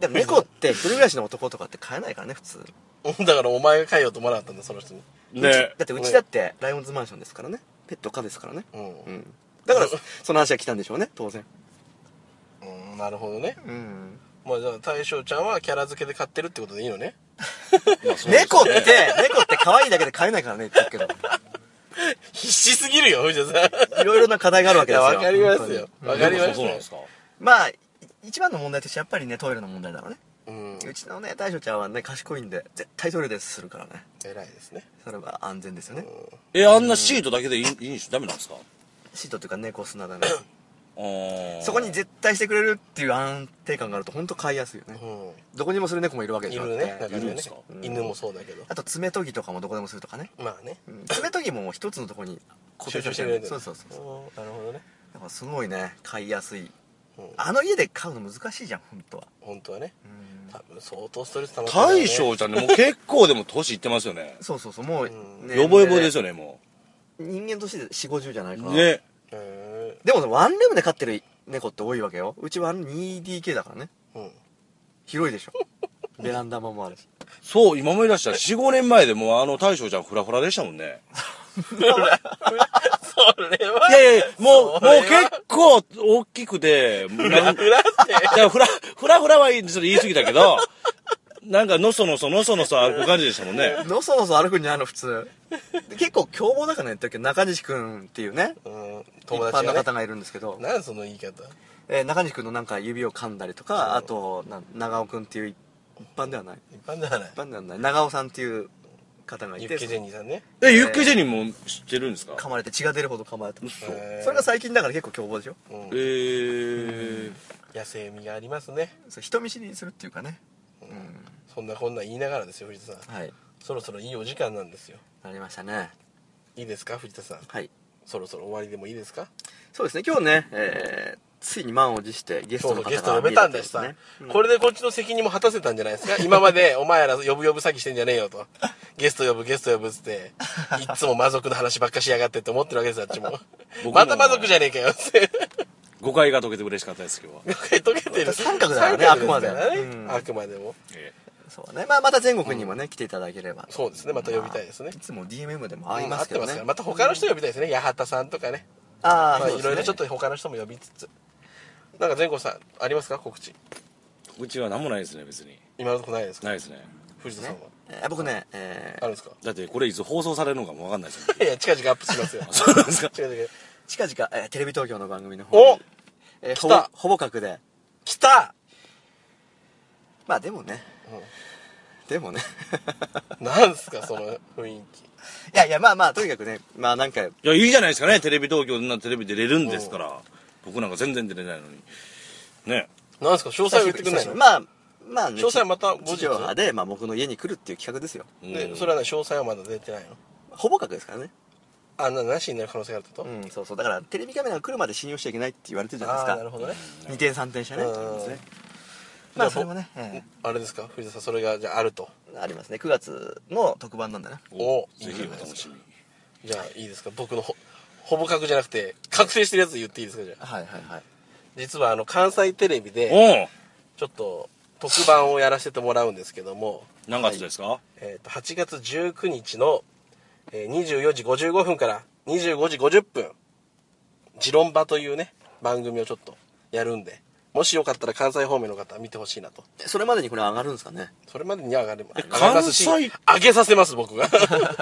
[SPEAKER 1] でも猫って、一人暮らしの男とかって飼えないからね、普通。
[SPEAKER 2] だからお前がかようと思わなかったんだ、その人に。
[SPEAKER 3] ね
[SPEAKER 1] だってうちだってライオンズマンションですからねペット可ですからね
[SPEAKER 2] うん。
[SPEAKER 1] うんだ からその話が来たんでしょうね当然
[SPEAKER 2] うん、なるほどね。
[SPEAKER 1] うん
[SPEAKER 2] まあじゃあ大将ちゃんはキャラ付けで買ってるってことでいいのね。
[SPEAKER 1] 猫って猫って可愛いだけで飼えないからね言ってるけ
[SPEAKER 2] 必死すぎるよ、藤田さん。
[SPEAKER 1] どいろいろな課題があるわけ
[SPEAKER 2] い
[SPEAKER 1] ですよ
[SPEAKER 2] や、わかりますよ
[SPEAKER 1] 本。
[SPEAKER 2] わかりま
[SPEAKER 3] そうなんで
[SPEAKER 2] し
[SPEAKER 3] すか
[SPEAKER 1] 当にまあい一番の問題としてやっぱりねトイレの問題だろうね
[SPEAKER 2] た。うん。
[SPEAKER 1] うちのね大将ちゃんはね賢いんで絶対トイレでするからね
[SPEAKER 2] 偉いですね。
[SPEAKER 1] それは安全ですよね
[SPEAKER 3] え、あんなシートだけでいいいいんでしょダメなんですか
[SPEAKER 1] シートというか猫砂だね
[SPEAKER 3] あー
[SPEAKER 1] そこに絶対してくれるっていう安定感があると本当飼いやすいよね
[SPEAKER 2] う
[SPEAKER 1] どこにもする猫もいるわけ
[SPEAKER 2] ん。
[SPEAKER 1] で
[SPEAKER 2] い
[SPEAKER 1] しょ
[SPEAKER 2] るね。
[SPEAKER 1] だ
[SPEAKER 2] 中
[SPEAKER 1] っ
[SPEAKER 2] に
[SPEAKER 1] て
[SPEAKER 2] はい
[SPEAKER 3] る
[SPEAKER 2] ね
[SPEAKER 3] んですか
[SPEAKER 2] 犬もそうだけど。
[SPEAKER 1] あと爪研ぎとかもどこでもするとかね
[SPEAKER 2] まあね。
[SPEAKER 1] 爪研ぎももう一つのところに固
[SPEAKER 2] 集
[SPEAKER 1] 定
[SPEAKER 2] 中し
[SPEAKER 1] さ
[SPEAKER 2] てく
[SPEAKER 1] れ
[SPEAKER 2] れ
[SPEAKER 1] て
[SPEAKER 2] る
[SPEAKER 1] るそうそうそうそう
[SPEAKER 2] う。なるほどね。
[SPEAKER 1] だからすごいね買いやすい
[SPEAKER 2] うん。
[SPEAKER 1] あの家で買うの難しいじゃん本当は。
[SPEAKER 2] 本当はね。多分相当ストレス溜まってるだろうね
[SPEAKER 3] 大将ちゃんね、もう結構でも年いってますよね
[SPEAKER 1] そうそうそうもう、
[SPEAKER 2] ん
[SPEAKER 1] ね
[SPEAKER 3] ヨボヨボですよね、も
[SPEAKER 1] 人間として4 5 0じゃないうか。な、
[SPEAKER 3] ね。
[SPEAKER 2] へ
[SPEAKER 1] でもさワンルームで飼ってる猫って多いわけようちは 2DK だからね
[SPEAKER 2] ーうん。
[SPEAKER 1] 広い でしょベランダもあるし
[SPEAKER 3] そう、今思い出した。4、5年前でもうあの大将ちゃんフラフラでしたもんね。
[SPEAKER 2] それはい
[SPEAKER 3] やいや、
[SPEAKER 2] そ
[SPEAKER 3] も、
[SPEAKER 2] うれ
[SPEAKER 3] も
[SPEAKER 2] は
[SPEAKER 3] う結構大きくて、なんい
[SPEAKER 2] 裏って
[SPEAKER 3] や、フラ、フラフラはいい、それ言い過ぎだけど、なんかのそのそのそのそ歩く感じでしたもんね。
[SPEAKER 1] のそのそ歩くんじゃんの普通で結構凶暴だからね言ってるけど中西くんっていうね
[SPEAKER 2] うん
[SPEAKER 1] 一
[SPEAKER 2] 友
[SPEAKER 1] 般
[SPEAKER 2] 達
[SPEAKER 1] の
[SPEAKER 2] が、ね、
[SPEAKER 1] 方がいるんですけど、
[SPEAKER 2] なんその言い方
[SPEAKER 1] えー中西くんのなんか指を噛んだりとかあとな長尾くんっていう一般ではない
[SPEAKER 2] 一般ではない
[SPEAKER 1] 一般ではない長尾さんっていう方がい
[SPEAKER 2] ユ
[SPEAKER 1] て
[SPEAKER 2] ッケジェニーさんね
[SPEAKER 3] え、ユッケジェニーも知ってるんですか
[SPEAKER 1] 噛まれて血が出るほど噛まれた
[SPEAKER 3] 嘘
[SPEAKER 2] へー
[SPEAKER 1] それが最近だから結構凶暴でしょ
[SPEAKER 2] う
[SPEAKER 3] え
[SPEAKER 2] ん
[SPEAKER 3] ー。
[SPEAKER 2] 野生味がありますね
[SPEAKER 1] そう人見知りするっていうかね
[SPEAKER 2] そんなこんな言いながらですよ藤田さん
[SPEAKER 1] はい
[SPEAKER 2] そろそろいいお時間なんですよ
[SPEAKER 1] なりましたね
[SPEAKER 2] いいですか藤田さん
[SPEAKER 1] はい
[SPEAKER 2] そろそろ終わりでもいいですか
[SPEAKER 1] そうですね今日ねえーっついに満を持してゲス
[SPEAKER 2] そ
[SPEAKER 1] ト
[SPEAKER 2] う
[SPEAKER 1] の方
[SPEAKER 2] そうゲ
[SPEAKER 1] が
[SPEAKER 2] スト呼べたん
[SPEAKER 1] 見
[SPEAKER 2] で
[SPEAKER 1] れ
[SPEAKER 2] す
[SPEAKER 1] と
[SPEAKER 2] さ、
[SPEAKER 1] いうことね
[SPEAKER 2] これでこっちの責任も果たせたんじゃないですか今までお前ら呼ぶ呼ぶ詐欺してんじゃねえよとゲスト呼ぶゲスト呼ぶっつっていっつも魔族の話ばっかしやがってって思ってるわけですよあっちも
[SPEAKER 3] 僕も
[SPEAKER 2] また魔族じゃねえかよって
[SPEAKER 3] 誤解が解けて嬉しかったです、今日は。
[SPEAKER 2] 溶けてる
[SPEAKER 1] 三角だからね
[SPEAKER 2] 三角すか
[SPEAKER 1] あ
[SPEAKER 2] らね
[SPEAKER 1] くまでうん
[SPEAKER 2] あくまでも
[SPEAKER 3] え
[SPEAKER 1] そうねまあまた全国にもね、来ていただければ
[SPEAKER 2] そうですねまた呼びたいですね
[SPEAKER 1] いつも DMM でも会いますけど
[SPEAKER 2] うん
[SPEAKER 1] ね、
[SPEAKER 2] 合ってますからまた他の人呼びたいですね八幡さんとかね
[SPEAKER 1] ああ、
[SPEAKER 2] ま
[SPEAKER 1] そう
[SPEAKER 2] あ
[SPEAKER 1] です
[SPEAKER 2] い
[SPEAKER 1] ね
[SPEAKER 2] ろいろちょっと他の人も呼びつつなんか前後さんありますか告知
[SPEAKER 3] えうちは何もないですね、別に。
[SPEAKER 2] 今のとこないですか
[SPEAKER 3] ないですね。
[SPEAKER 2] 藤田さん
[SPEAKER 1] ね
[SPEAKER 2] は
[SPEAKER 1] えー僕ね、え
[SPEAKER 2] あるんですか
[SPEAKER 3] だって、これいつ放送されるのかもわかんないですよ
[SPEAKER 2] いや近々アップし ますよ
[SPEAKER 3] そうなんですか
[SPEAKER 2] 近々
[SPEAKER 1] ー近々、えーテレビ東京の番組の方
[SPEAKER 2] お
[SPEAKER 1] に、えーほ
[SPEAKER 2] 来た
[SPEAKER 1] ぼほぼ角で
[SPEAKER 2] 来た
[SPEAKER 1] まあでもね、でもね
[SPEAKER 2] なんすかその雰囲
[SPEAKER 1] いやいやまあまあとにかくねまあなんか
[SPEAKER 3] いや、いいじゃないですかね、テレビ東京なテレビ出れるんですから。僕なんか全然出れないのに。ね。
[SPEAKER 2] 気なんすか詳細を言ってくんないの、
[SPEAKER 1] まあまあ、ね、
[SPEAKER 2] 詳細はまた後日
[SPEAKER 1] 地上波で、まあ、僕の家に来るっていう企画ですよ
[SPEAKER 2] で
[SPEAKER 3] うん
[SPEAKER 2] それはね詳細はまだ出てないの
[SPEAKER 1] ほぼ角ですからね
[SPEAKER 2] あななしになる可能性があるってこと、
[SPEAKER 1] うんそうそうだからテレビカメラが来るまで信用しちゃいけないって言われてるじゃない
[SPEAKER 2] あ
[SPEAKER 1] ですか
[SPEAKER 2] あーなるほどね、
[SPEAKER 1] 二点三点したね
[SPEAKER 2] うん
[SPEAKER 1] まあ
[SPEAKER 2] じゃ
[SPEAKER 1] そ
[SPEAKER 2] あ
[SPEAKER 1] れもね、え
[SPEAKER 2] あれですか藤田さんそれがじゃああると
[SPEAKER 1] えありますね9月の特番なんだね
[SPEAKER 2] お
[SPEAKER 3] ぜひお楽しみに。
[SPEAKER 2] じゃあいいですか僕のほほぼ確じゃなくて確定してるやつ言っていいですかじゃあ
[SPEAKER 1] はいはいはい
[SPEAKER 2] 実はあの関西テレビで
[SPEAKER 3] おう
[SPEAKER 2] ちょっと特番をやらせてもらうんですけども、
[SPEAKER 3] 何月ですか
[SPEAKER 2] えー、と8月19日の、えー24時55分から25時50分「ジロンバ」というね番組をちょっとやるんでもしよかったら関西方面の方は見てほしいなと
[SPEAKER 1] それまでにこれ上がるんですかね
[SPEAKER 2] それまでには上がれば上
[SPEAKER 3] 関西
[SPEAKER 2] がりますし上げさせます僕が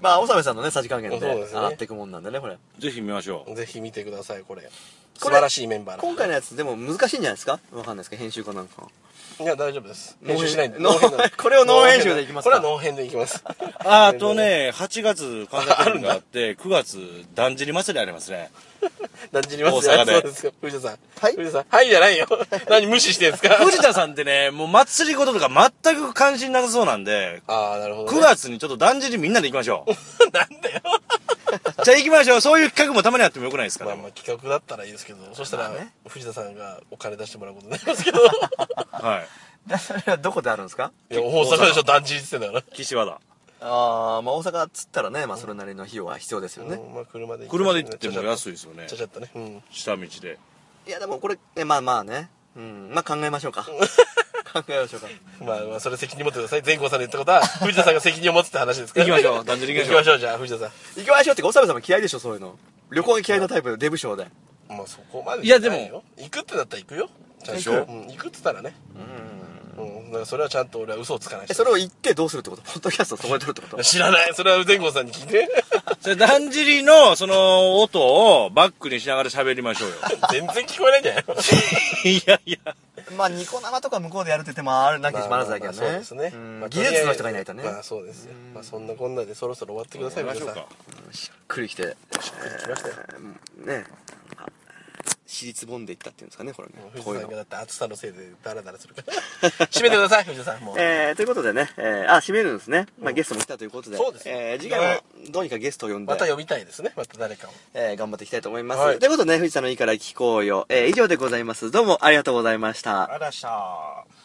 [SPEAKER 1] まあ納めさんのねさじ加減で
[SPEAKER 2] そう
[SPEAKER 1] 上
[SPEAKER 2] ですね
[SPEAKER 1] がっていくもんなんでねこれ
[SPEAKER 3] ぜひ見ましょう。
[SPEAKER 2] ぜひ見てくださいこれ素晴らしいメンバーな
[SPEAKER 1] 今回のやつでも難しいんじゃないですかわかんないですけど編集かなん か
[SPEAKER 2] いや大丈夫です
[SPEAKER 1] ノー
[SPEAKER 2] 編集しないんで
[SPEAKER 1] ノー
[SPEAKER 2] ノー編なんで
[SPEAKER 1] これをノー編集でいきますか
[SPEAKER 2] これはノー編でいきます
[SPEAKER 3] ああとね、8月関西テレビがあって、9月、だんじり祭りありますね。
[SPEAKER 2] 何時にますよ
[SPEAKER 3] 大阪で
[SPEAKER 2] そうですよ藤田さん
[SPEAKER 1] はい
[SPEAKER 2] 藤田さんはいじゃないよ何無視してんですか
[SPEAKER 3] 藤田さんってね、もう祭り事とか全く関心なさそうなんで、
[SPEAKER 2] ああなるほど、ね、
[SPEAKER 3] 9月にちょっとだんじりみんなで行きましょう。
[SPEAKER 2] なんだよ
[SPEAKER 3] じゃあ行きましょう。そういう企画もたまにあってもよくないですか
[SPEAKER 2] まあ
[SPEAKER 3] ね。
[SPEAKER 2] まあ企画だったらいいですけど、そしたら
[SPEAKER 1] まあね
[SPEAKER 2] 藤田さんがお金出してもらうことになります けど
[SPEAKER 3] は
[SPEAKER 1] それはどこであるんですか
[SPEAKER 2] いや大阪でしょ断じりって言ってんだか
[SPEAKER 3] い。岸和田。
[SPEAKER 1] ああまあ大阪っつったらねまあそれなりの費用は必要ですよね
[SPEAKER 2] ら、うんまあ車で行
[SPEAKER 3] 車で行っても
[SPEAKER 2] い
[SPEAKER 3] 安いですよね
[SPEAKER 2] ちゃ。ちゃっとね、うん、
[SPEAKER 3] 下道で。
[SPEAKER 1] いやでもこれえまあまあねうんまあ考えましょうか 考えましょうか
[SPEAKER 2] まあまあそれ責任持ってください全光さんの言った ことは藤田さんが責任を持つって話ですから
[SPEAKER 3] 行きましょう断じり行
[SPEAKER 2] 行
[SPEAKER 3] き
[SPEAKER 2] き
[SPEAKER 3] ましょ
[SPEAKER 2] ましょ
[SPEAKER 3] う
[SPEAKER 2] うじゃあ藤田さ
[SPEAKER 1] 行きましょうってかおさめさんも嫌いでしょそういうの旅行が嫌いなタイプでデブ賞で
[SPEAKER 2] んまあそこまで
[SPEAKER 3] いやでも
[SPEAKER 2] じゃなよ行くってなったら行くよちゃんと
[SPEAKER 3] でしょ
[SPEAKER 2] うん、行くって言ったらねうん、だからそれはちゃんと俺は嘘をつかない
[SPEAKER 1] えそれを言ってどうするってことポッドキャストをそこで撮るってこと
[SPEAKER 2] 知らないそれは全光さんに聞いて
[SPEAKER 3] それだんじりの、その、音をバックにしながら喋りましょうよ。
[SPEAKER 2] 全然聞こえないんじゃないの
[SPEAKER 3] いやいや。
[SPEAKER 1] まあニコ生とか向こうでやるって手もあるなきにしもあらずだけどね,、
[SPEAKER 2] そうですね、
[SPEAKER 1] ん
[SPEAKER 2] まあ
[SPEAKER 1] 技術の人がいないとね、
[SPEAKER 2] まあそうですよまあそんなこんなでそろそろ終わってください
[SPEAKER 3] 行きましょう
[SPEAKER 2] 皆
[SPEAKER 3] か
[SPEAKER 2] さ。
[SPEAKER 1] しっくりきて、
[SPEAKER 2] ん来ましたよ
[SPEAKER 1] えーねまあ尻つぼんでいったっていうんですかねこれね
[SPEAKER 2] 藤
[SPEAKER 1] こうい
[SPEAKER 2] 田さ
[SPEAKER 1] うんの
[SPEAKER 2] がだって暑さのせいでダラダラするから 締めてください藤田さんもう、
[SPEAKER 1] えー、ということでね、えー、あ締めるんですね、まあ、ゲストも来たということで
[SPEAKER 2] そうですね
[SPEAKER 1] えー次回もどうにかゲストを呼んで
[SPEAKER 2] また呼びたいですねまた誰かを
[SPEAKER 1] えー頑張っていきたいと思います、
[SPEAKER 2] はい
[SPEAKER 1] ということでね藤田のいいから聞こうよ、えー以上でございますどうもありがとうございました
[SPEAKER 3] ありがとうございました。